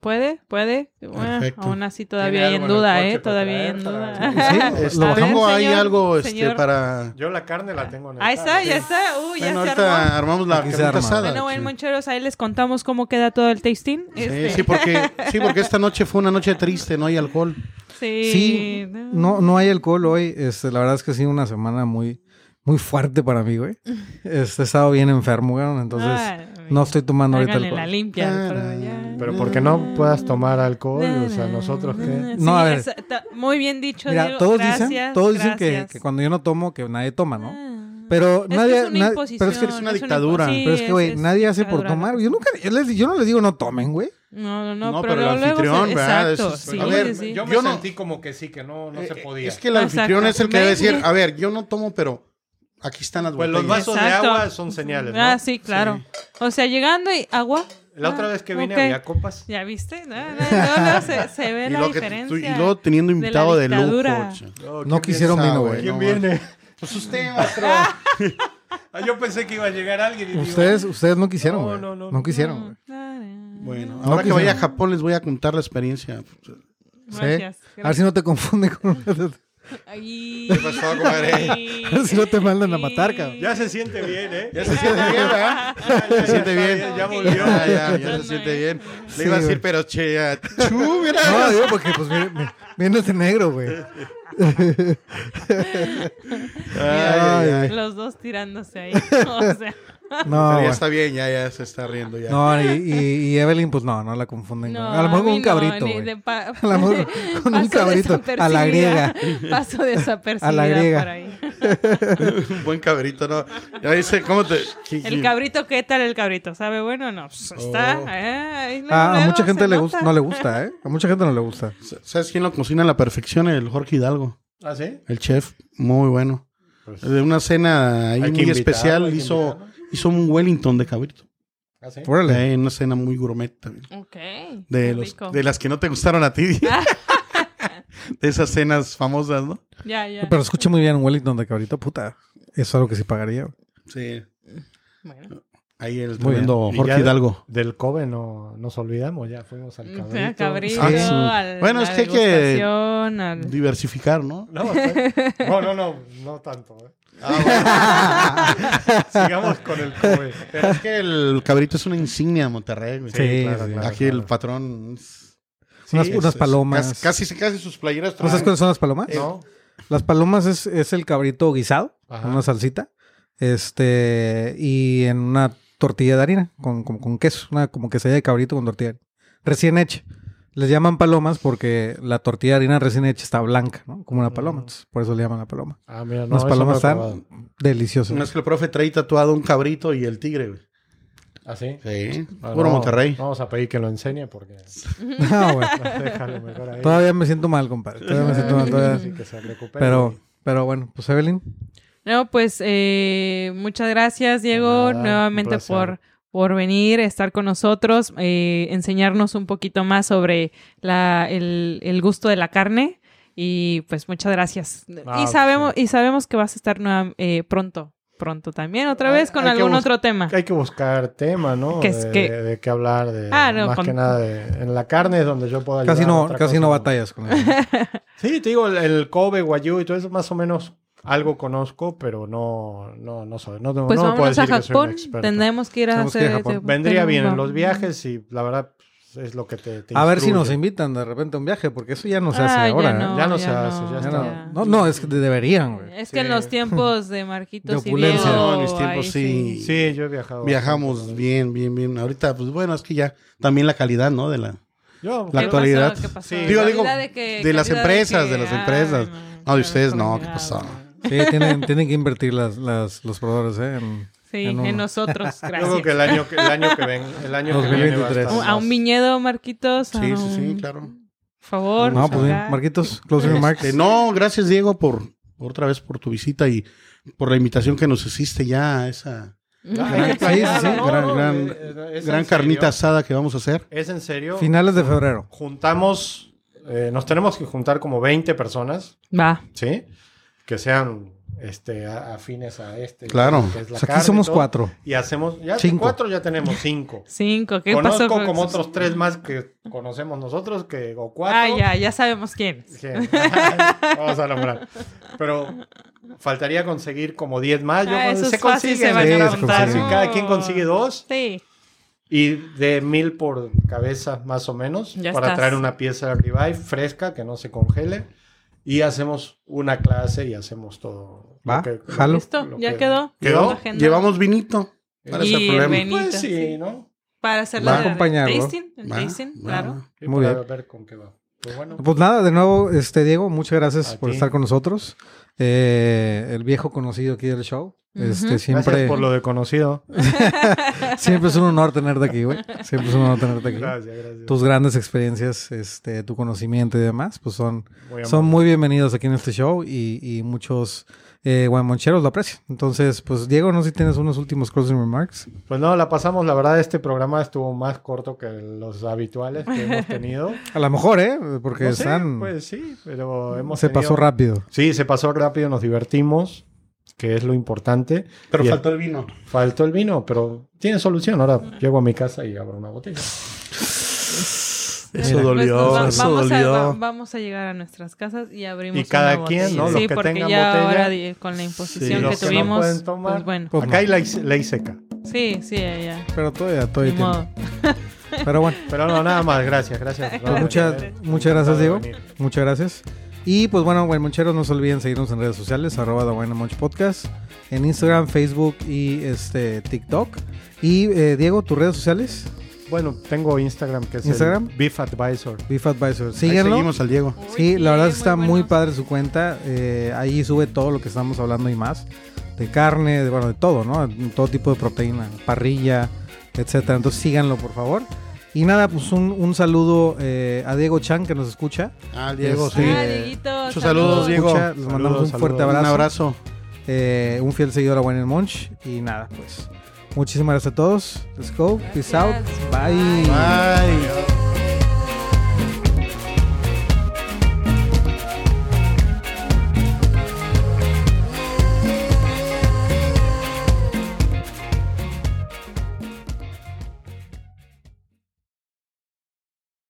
B: ¿Puede? ¿Puede? Bueno,
C: Perfecto.
B: aún así [laughs]
D: Tiene
B: todavía hay en
D: algo en el
B: duda,
D: coche
B: ¿eh?
D: para
B: Todavía hay
D: traer,
B: en
D: para-
B: [laughs] duda.
A: Sí,
C: Este,
A: Lo bajamos.
C: tengo ahí
B: Señor,
C: algo este,
B: señor.
C: para.
D: Yo la carne la tengo en el
B: Ahí está,
D: carro.
B: ya está. Uy, ya
C: Bueno,
B: se armó.
C: ahorita armamos la
A: Aquí se
C: carnita
A: arma.
C: asada.
B: Bueno, buen
C: Sí.
B: moncheros, ahí les contamos cómo queda todo el tasting.
C: Sí,
B: Este,
C: sí, porque, sí, porque esta noche fue una noche triste, no hay alcohol.
B: sí,
A: Sí, no, no hay alcohol hoy. Este, la verdad es que ha sido una semana muy, muy fuerte para mí,
B: [laughs]
A: güey. Este, he estado bien enfermo, güey. Entonces,
B: Ay,
A: no estoy tomando ahorita
B: háganle la
A: alcohol.
B: limpia.
C: Ah,
B: pero ya.
D: Pero porque no puedas tomar alcohol, o sea, nosotros qué.
B: Sí,
A: No, a ver.
B: esa- ta- muy bien dicho,
A: Mira,
B: Diego.
A: todos
B: gracias,
A: dicen, todos dicen que,
B: gracias.
A: que cuando yo no tomo, que nadie toma, ¿no?
B: Ah.
A: Pero
B: Es que
A: nadie,
B: es una
A: na-
B: imposición,
A: pero es que,
C: una dictadura.
B: imposición,
A: pero es que, güey,
B: es-
A: nadie hace por
B: dictadura.
A: tomar. Yo nunca, yo, les- yo no les digo no tomen, güey.
B: No, no, no,
C: No,
B: pero,
C: pero el
B: luego se-
C: anfitrión, ¿verdad?
B: Exacto,
D: Pues,
C: Eso es-
B: sí,
C: A ver,
B: sí, sí.
C: yo no-
D: como que sí, que no, no
C: Eh, Es que el
B: Exacto.
C: anfitrión es el que debe decir,
B: Maybe.
C: a ver, yo no tomo, pero aquí están las
D: Pues los
C: botellas.
D: vasos
B: Exacto.
D: de agua son señales, ¿no?
B: Ah, sí, claro. O sea, llegando y agua.
D: La otra
B: Ah,
D: vez que vine
B: ok.
D: había copas.
B: ¿Ya viste? No, no, no, no, se,
D: [laughs]
B: se ve la
C: luego que-
B: diferencia.
C: tú- y luego teniendo
B: de la
C: invitado de, lujo.
B: dictadura.
C: che.
A: No quisieron
C: sabe,
A: vino,
C: güey?
A: güey.
D: ¿Quién
C: No,
D: viene?
C: Pues usted, maestro.
D: Ah, yo pensé que iba a llegar alguien y digo,
A: Ustedes, ustedes no quisieron,
D: No,
A: güey.
D: no,
A: No,
D: no, no.
A: quisieron, güey.
C: bueno,
A: No
C: ahora que vaya a
A: quisieron.
C: Japón les voy a contar la experiencia.
A: [laughs] Sí.
B: Gracias.
A: A ver si no te confunde con...
B: Ay.
C: pasó, compadre?
B: Ay.
A: A ver [laughs] si no te mandan a matar, cabrón.
D: Ya se siente bien, ¿eh? Ya
C: Se siente bien, ¿verdad? Se siente bien.
D: Ya volvió.
C: Ya, ya, ya
B: No, no,
C: se siente bien.
A: Sí,
C: Le iba a
A: güey.
C: decir, pero che, ya, [laughs] chu, mira.
A: [laughs] No, digo porque pues viene- vi- vienes de negro,
C: [laughs]
A: güey.
C: Ay, ay, ay.
B: Los dos tirándose
A: [laughs]
B: ahí. O sea,
A: No,
C: Pero ya
A: güey.
C: está bien, ya, ya se está riendo ya.
A: no y, y- y Evelyn, pues no, no la confunden.
B: no,
A: güey. a lo mejor con
B: mí
A: un
B: no,
A: cabrito,
B: ni
A: güey.
B: de pa-
A: A lo
B: [laughs]
A: mejor con un
B: paso
A: cabrito. A la
B: desapercibida.
A: griega.
B: [laughs] Paso desapercibida
A: A la griega.
B: por ahí.
C: [laughs] Un buen cabrito, ¿no? Ya dice, ¿cómo te...? qué-
B: El
C: qué-
B: cabrito, ¿qué tal el cabrito? ¿Sabe bueno o no? Pues, Está.
C: Oh.
B: eh, ahí luego,
A: Ah, A, a
B: luego
A: mucha
B: se
A: gente le
B: nota.
A: gusta, no le gusta, ¿eh? A mucha gente no le
B: [laughs]
A: gusta.
C: ¿Sabes quién lo cocina a la perfección? El Jorge Hidalgo,
D: ¿Ah, sí?
C: el chef, muy bueno.
D: Pues,
C: De una cena ahí
D: Hay
C: muy
D: que invitarlo, hay
C: especial
D: que
C: hizo,
D: invitarlo.
C: hizo un Wellington de cabrito.
D: ¿Ah, sí?
A: Órale.
C: Eh, una cena muy gourmet también.
B: Ok.
C: De,
B: qué
C: los,
B: rico.
C: de las que no te gustaron a
B: [laughs]
C: ti. de esas cenas famosas, ¿no?
B: Ya, ya.
A: Pero escucha muy bien Wellington de cabrito, puta. Eso es algo que sí pagaría. güey.
C: Sí.
B: Bueno.
C: Ahí el
A: Muy bien.
C: tremendo
D: Y
C: Jorge
D: ya-
C: Hidalgo.
D: Del Kobe no nos olvidamos, ya fuimos al
B: O
D: cabrito.
B: sea, Cabrito,
C: Ah, sí.
B: al-
C: Bueno, es
B: la
C: que hay que-
B: degustación, al-
C: Diversificar, ¿no?
D: No, está- no, no, no, no tanto. ¿eh? Ah,
A: [laughs]
D: Sigamos con el Kobe.
C: Pero es que el cabrito es una insignia de Monterrey, güey.
A: Sí,
D: claro,
A: sí.
D: claro,
C: Aquí el
D: claro.
C: patrón.
A: unas, unas
C: es-
A: palomas.
C: cas- Casi, casi, sus playeras.
A: ¿No sabes
C: traen-
A: cuáles son las palomas?
D: ¿No?
A: Las palomas es, es el cabrito guisado,
D: Ajá.
A: una salsita, este, y en una tortilla de harina, con, como con queso, una como quesadilla de cabrito con tortilla de harina. Recién hecha. Les llaman palomas porque la tortilla de harina recién hecha está blanca, ¿no? Como una paloma,
D: Mm.
A: entonces, por eso le llaman la paloma.
D: Ah, mira, no,
A: Las
D: eso
A: palomas
D: no lo he
A: están
D: probado.
A: deliciosas.
C: No es que el profe trae tatuado un cabrito y el tigre, güey.
D: ¿Ah, sí?
C: Sí.
D: Ah,
C: Puro
D: no,
C: Monterrey.
D: Vamos a pedir que lo enseñe
A: [laughs]
D: porque nos
A: [laughs] Ah,
D: [laughs]
A: bueno.
D: deja lo mejor ahí.
A: Todavía me siento mal, compadre. Todavía me siento mal, todavía-
D: Así que se recupere.
A: Pero, pero bueno, pues Evelyn,
B: No, pues eh, muchas gracias, Diego,
D: nada, un
B: nuevamente
D: placer.
B: por, por venir, estar con nosotros, eh, enseñarnos un poquito más sobre la- el, el gusto de la carne. Y pues muchas gracias.
D: Ah,
B: y, sabemos, y sabemos que vas a estar nueva- eh, pronto, pronto también, otra vez con
D: Hay que
B: algún
D: bus-
B: otro tema.
D: Hay que buscar tema, ¿no?
B: Que es
D: de,
B: que-
D: de- de qué hablar, de,
B: Ah, no,
D: más
B: con-
D: que nada de- en la carne es donde yo puedo ayudar.
A: Casi no,
D: otra
A: casi
D: cosa,
A: no batallas con él.
D: Sí, te digo, el, el Kobe, Guayú y todo eso más o menos algo conozco, pero no, no, no soy, no, no
B: Pues
D: puedo
B: vámonos
D: decir
B: a
D: que soy un
B: Japón.
D: experto.
B: Tendremos que ir a
A: Tenemos que
B: hacer.
A: ir a Japón.
B: este-
D: Vendría bien en
B: vamos.
D: los viajes y la verdad pues, es lo que te, te
A: A ver si nos
D: instruye.
A: invitan de repente a un viaje, porque eso ya no se hace
B: Ah,
A: ahora. ¿eh?
D: Ya no se hace, ya
A: Ya
D: está.
A: no, no, no, es que deberían, güey.
B: Es que en los tiempos
D: [laughs]
B: de Marquitos
A: De
B: y Diego,
A: opulencia.
C: No, en mis
B: ahí
C: tiempos sí.
D: Sí, yo he viajado.
C: Viajamos bien, bien, bien. Ahorita, pues bueno, es que ya también la calidad, ¿no? De la,
D: Yo,
C: La
B: ¿Qué
C: actualidad.
B: pasó? ¿Qué pasó?
D: Sí.
C: Digo,
B: Calidad
C: digo,
B: que-
C: de las
B: calidad
C: empresas,
B: que- ah,
C: de las
B: Ay,
C: empresas. No, de ustedes no, ¿qué
B: Ah,
C: pasó?
A: Sí, tienen, tienen que invertir las, las- los proveedores, ¿eh? En,
B: Sí,
A: en
B: en,
A: uno.
C: [laughs]
B: nosotros,
D: yo creo
B: gracias.
D: que el año que, el año que ven, el año que viene va a
A: 2023.
D: estar
B: A un
D: más-
B: viñedo, Marquitos. a
C: Sí, sí, sí,
B: un-
C: claro.
B: Por favor.
A: No, pues bien.
B: acá. [laughs]
A: Marquitos, closing remarks.
C: Este, no, gracias Diego por por otra vez por tu visita y por la invitación que nos hiciste ya a esa
D: Hay que
A: Sí, sí,
D: planearlo,
A: sí.
D: ¿no?
C: Gran- gran-
D: Eh, eh, ¿es en
C: gran
D: serio?
C: carnita asada que vamos a hacer.
D: ¿Es en serio?
A: Finales de febrero.
D: Juntamos, eh, nos tenemos que juntar como 20 personas,
B: Va.
D: ¿sí? Que sean este, a- afines a este.
C: Claro.
D: que es la
A: O sea, aquí
D: carne y
A: somos
D: todo.
A: cuatro.
D: Y hacemos, ya
A: Cinco.
D: cuatro ya tenemos cinco.
B: Cinco. [laughs] ¿Qué
D: Conozco
B: pasó con
D: como otros tres más que conocemos nosotros, que, o cuatro.
B: Ah,
D: [laughs]
B: ya, ya sabemos quién.
D: Sí. Vamos a nombrar. Pero faltaría conseguir como 10 más. Yo-
B: Ah, esos
D: se
B: fácil
D: consigue,
B: se van
A: a
D: sí,
A: juntar.
D: sí, Cada quien consigue dos
B: Sí.
D: y de mil por cabeza más o menos
B: Ya
D: para
B: estás.
D: traer una pieza de ribeye fresca que no se congele y hacemos una clase y hacemos todo. lo
A: Va,
D: que-
A: jalo.
B: Listo,
D: lo
B: ya
D: que-
B: quedó.
D: ¿Quedó?
B: Agenda.
C: Llevamos vinito. ¿Cuál es el
B: Y el
C: problema?
B: venito.
D: Pues sí,
B: sí.
D: ¿no?
B: Para hacer
A: Va a
B: la el
A: acompañarlo.
B: tasting. El
C: Va,
B: tasting,
C: va.
B: claro.
D: Y
A: Muy
D: para
A: bien.
D: ver con qué va. Pues bueno.
A: Pues nada, de nuevo, este Diego, muchas gracias
D: A
A: por
D: ti.
A: estar con nosotros. Eh, el viejo conocido aquí del show. Este
B: Ujú.
A: siempre,
D: Gracias por lo de conocido.
A: siempre es un honor tenerte aquí, güey. Siempre es un honor tenerte aquí.
D: Gracias, gracias.
A: Tus grandes experiencias, este, tu conocimiento y demás, pues son,
D: Muy
A: son
D: amable.
A: muy bienvenidos aquí en este show y, y muchos eh, guaymoncheros lo aprecian. Entonces, pues Diego, no sé si tienes unos últimos closing remarks.
D: Pues no, la pasamos, la verdad este programa estuvo más corto que los habituales que hemos
A: [laughs]
D: tenido.
A: A lo mejor, ¿eh? Porque
D: No sé,
A: están...
D: pues sí, pero hemos
A: se
D: tenido-
A: pasó rápido.
D: Sí, se pasó rápido, nos divertimos, que es lo importante.
C: Pero
D: Y el-
C: faltó el vino.
D: faltó el vino, pero tiene solución. Ahora llego a mi casa y abro una botella.
C: Eso
B: Pues
C: dolió,
B: nos va-
C: eso
B: vamos
C: dolió.
B: A, va- vamos a llegar a nuestras casas y abrimos
D: Y cada
B: una
D: quien,
B: botella.
D: ¿no? Los
B: Sí,
D: que
B: porque
D: tengan
B: ya
D: botella.
B: ahora di- con la imposición
D: los
B: que
D: que no
B: tuvimos,
D: pueden tomar.
B: pues bueno.
A: Pues
D: Acá
A: no.
D: hay ley, ley seca.
B: Sí, sí, ya, ya.
A: Pero todavía,
B: Ni
A: todavía hay tiempo.
B: modo. [laughs]
A: Pero bueno,
D: Pero no, nada más, gracias, gracias.
A: pues muchas, muchas gracias, Diego. Muchas gracias. Y pues bueno, guaymoncheros, no se olviden seguirnos en redes sociales, arroba The Wine and Munch Podcast, en Instagram, Facebook y este TikTok. Y eh, Diego, tus redes sociales,
D: Bueno, tengo Instagram que es
A: ¿Instagram?
D: el Beef Advisor.
A: Beef Advisor.
C: Ahí
A: Síguenlo.
C: seguimos al Diego.
A: Sí, la verdad es que está muy
B: bueno.
A: padre su cuenta. eh, ahí sube todo lo que estamos hablando y más. De carne, de, bueno, de todo, ¿no? Todo tipo de proteína, parrilla, etcétera. Entonces síganlo, por favor. Y nada, pues un, un saludo eh, a Diego Chan que nos escucha.
C: Al Diego,
A: Este,
C: sí.
B: Ah, Dieguito,
C: Muchos saludos, Diego.
A: Escucha, les mandamos un fuerte abrazo.
C: Un abrazo.
A: eh, un fiel seguidor a Wayne and Munch. Y nada, pues. Muchísimas gracias a todos. Let's go. Peace out.
B: Gracias.
A: Bye.
B: Bye.
C: Bye.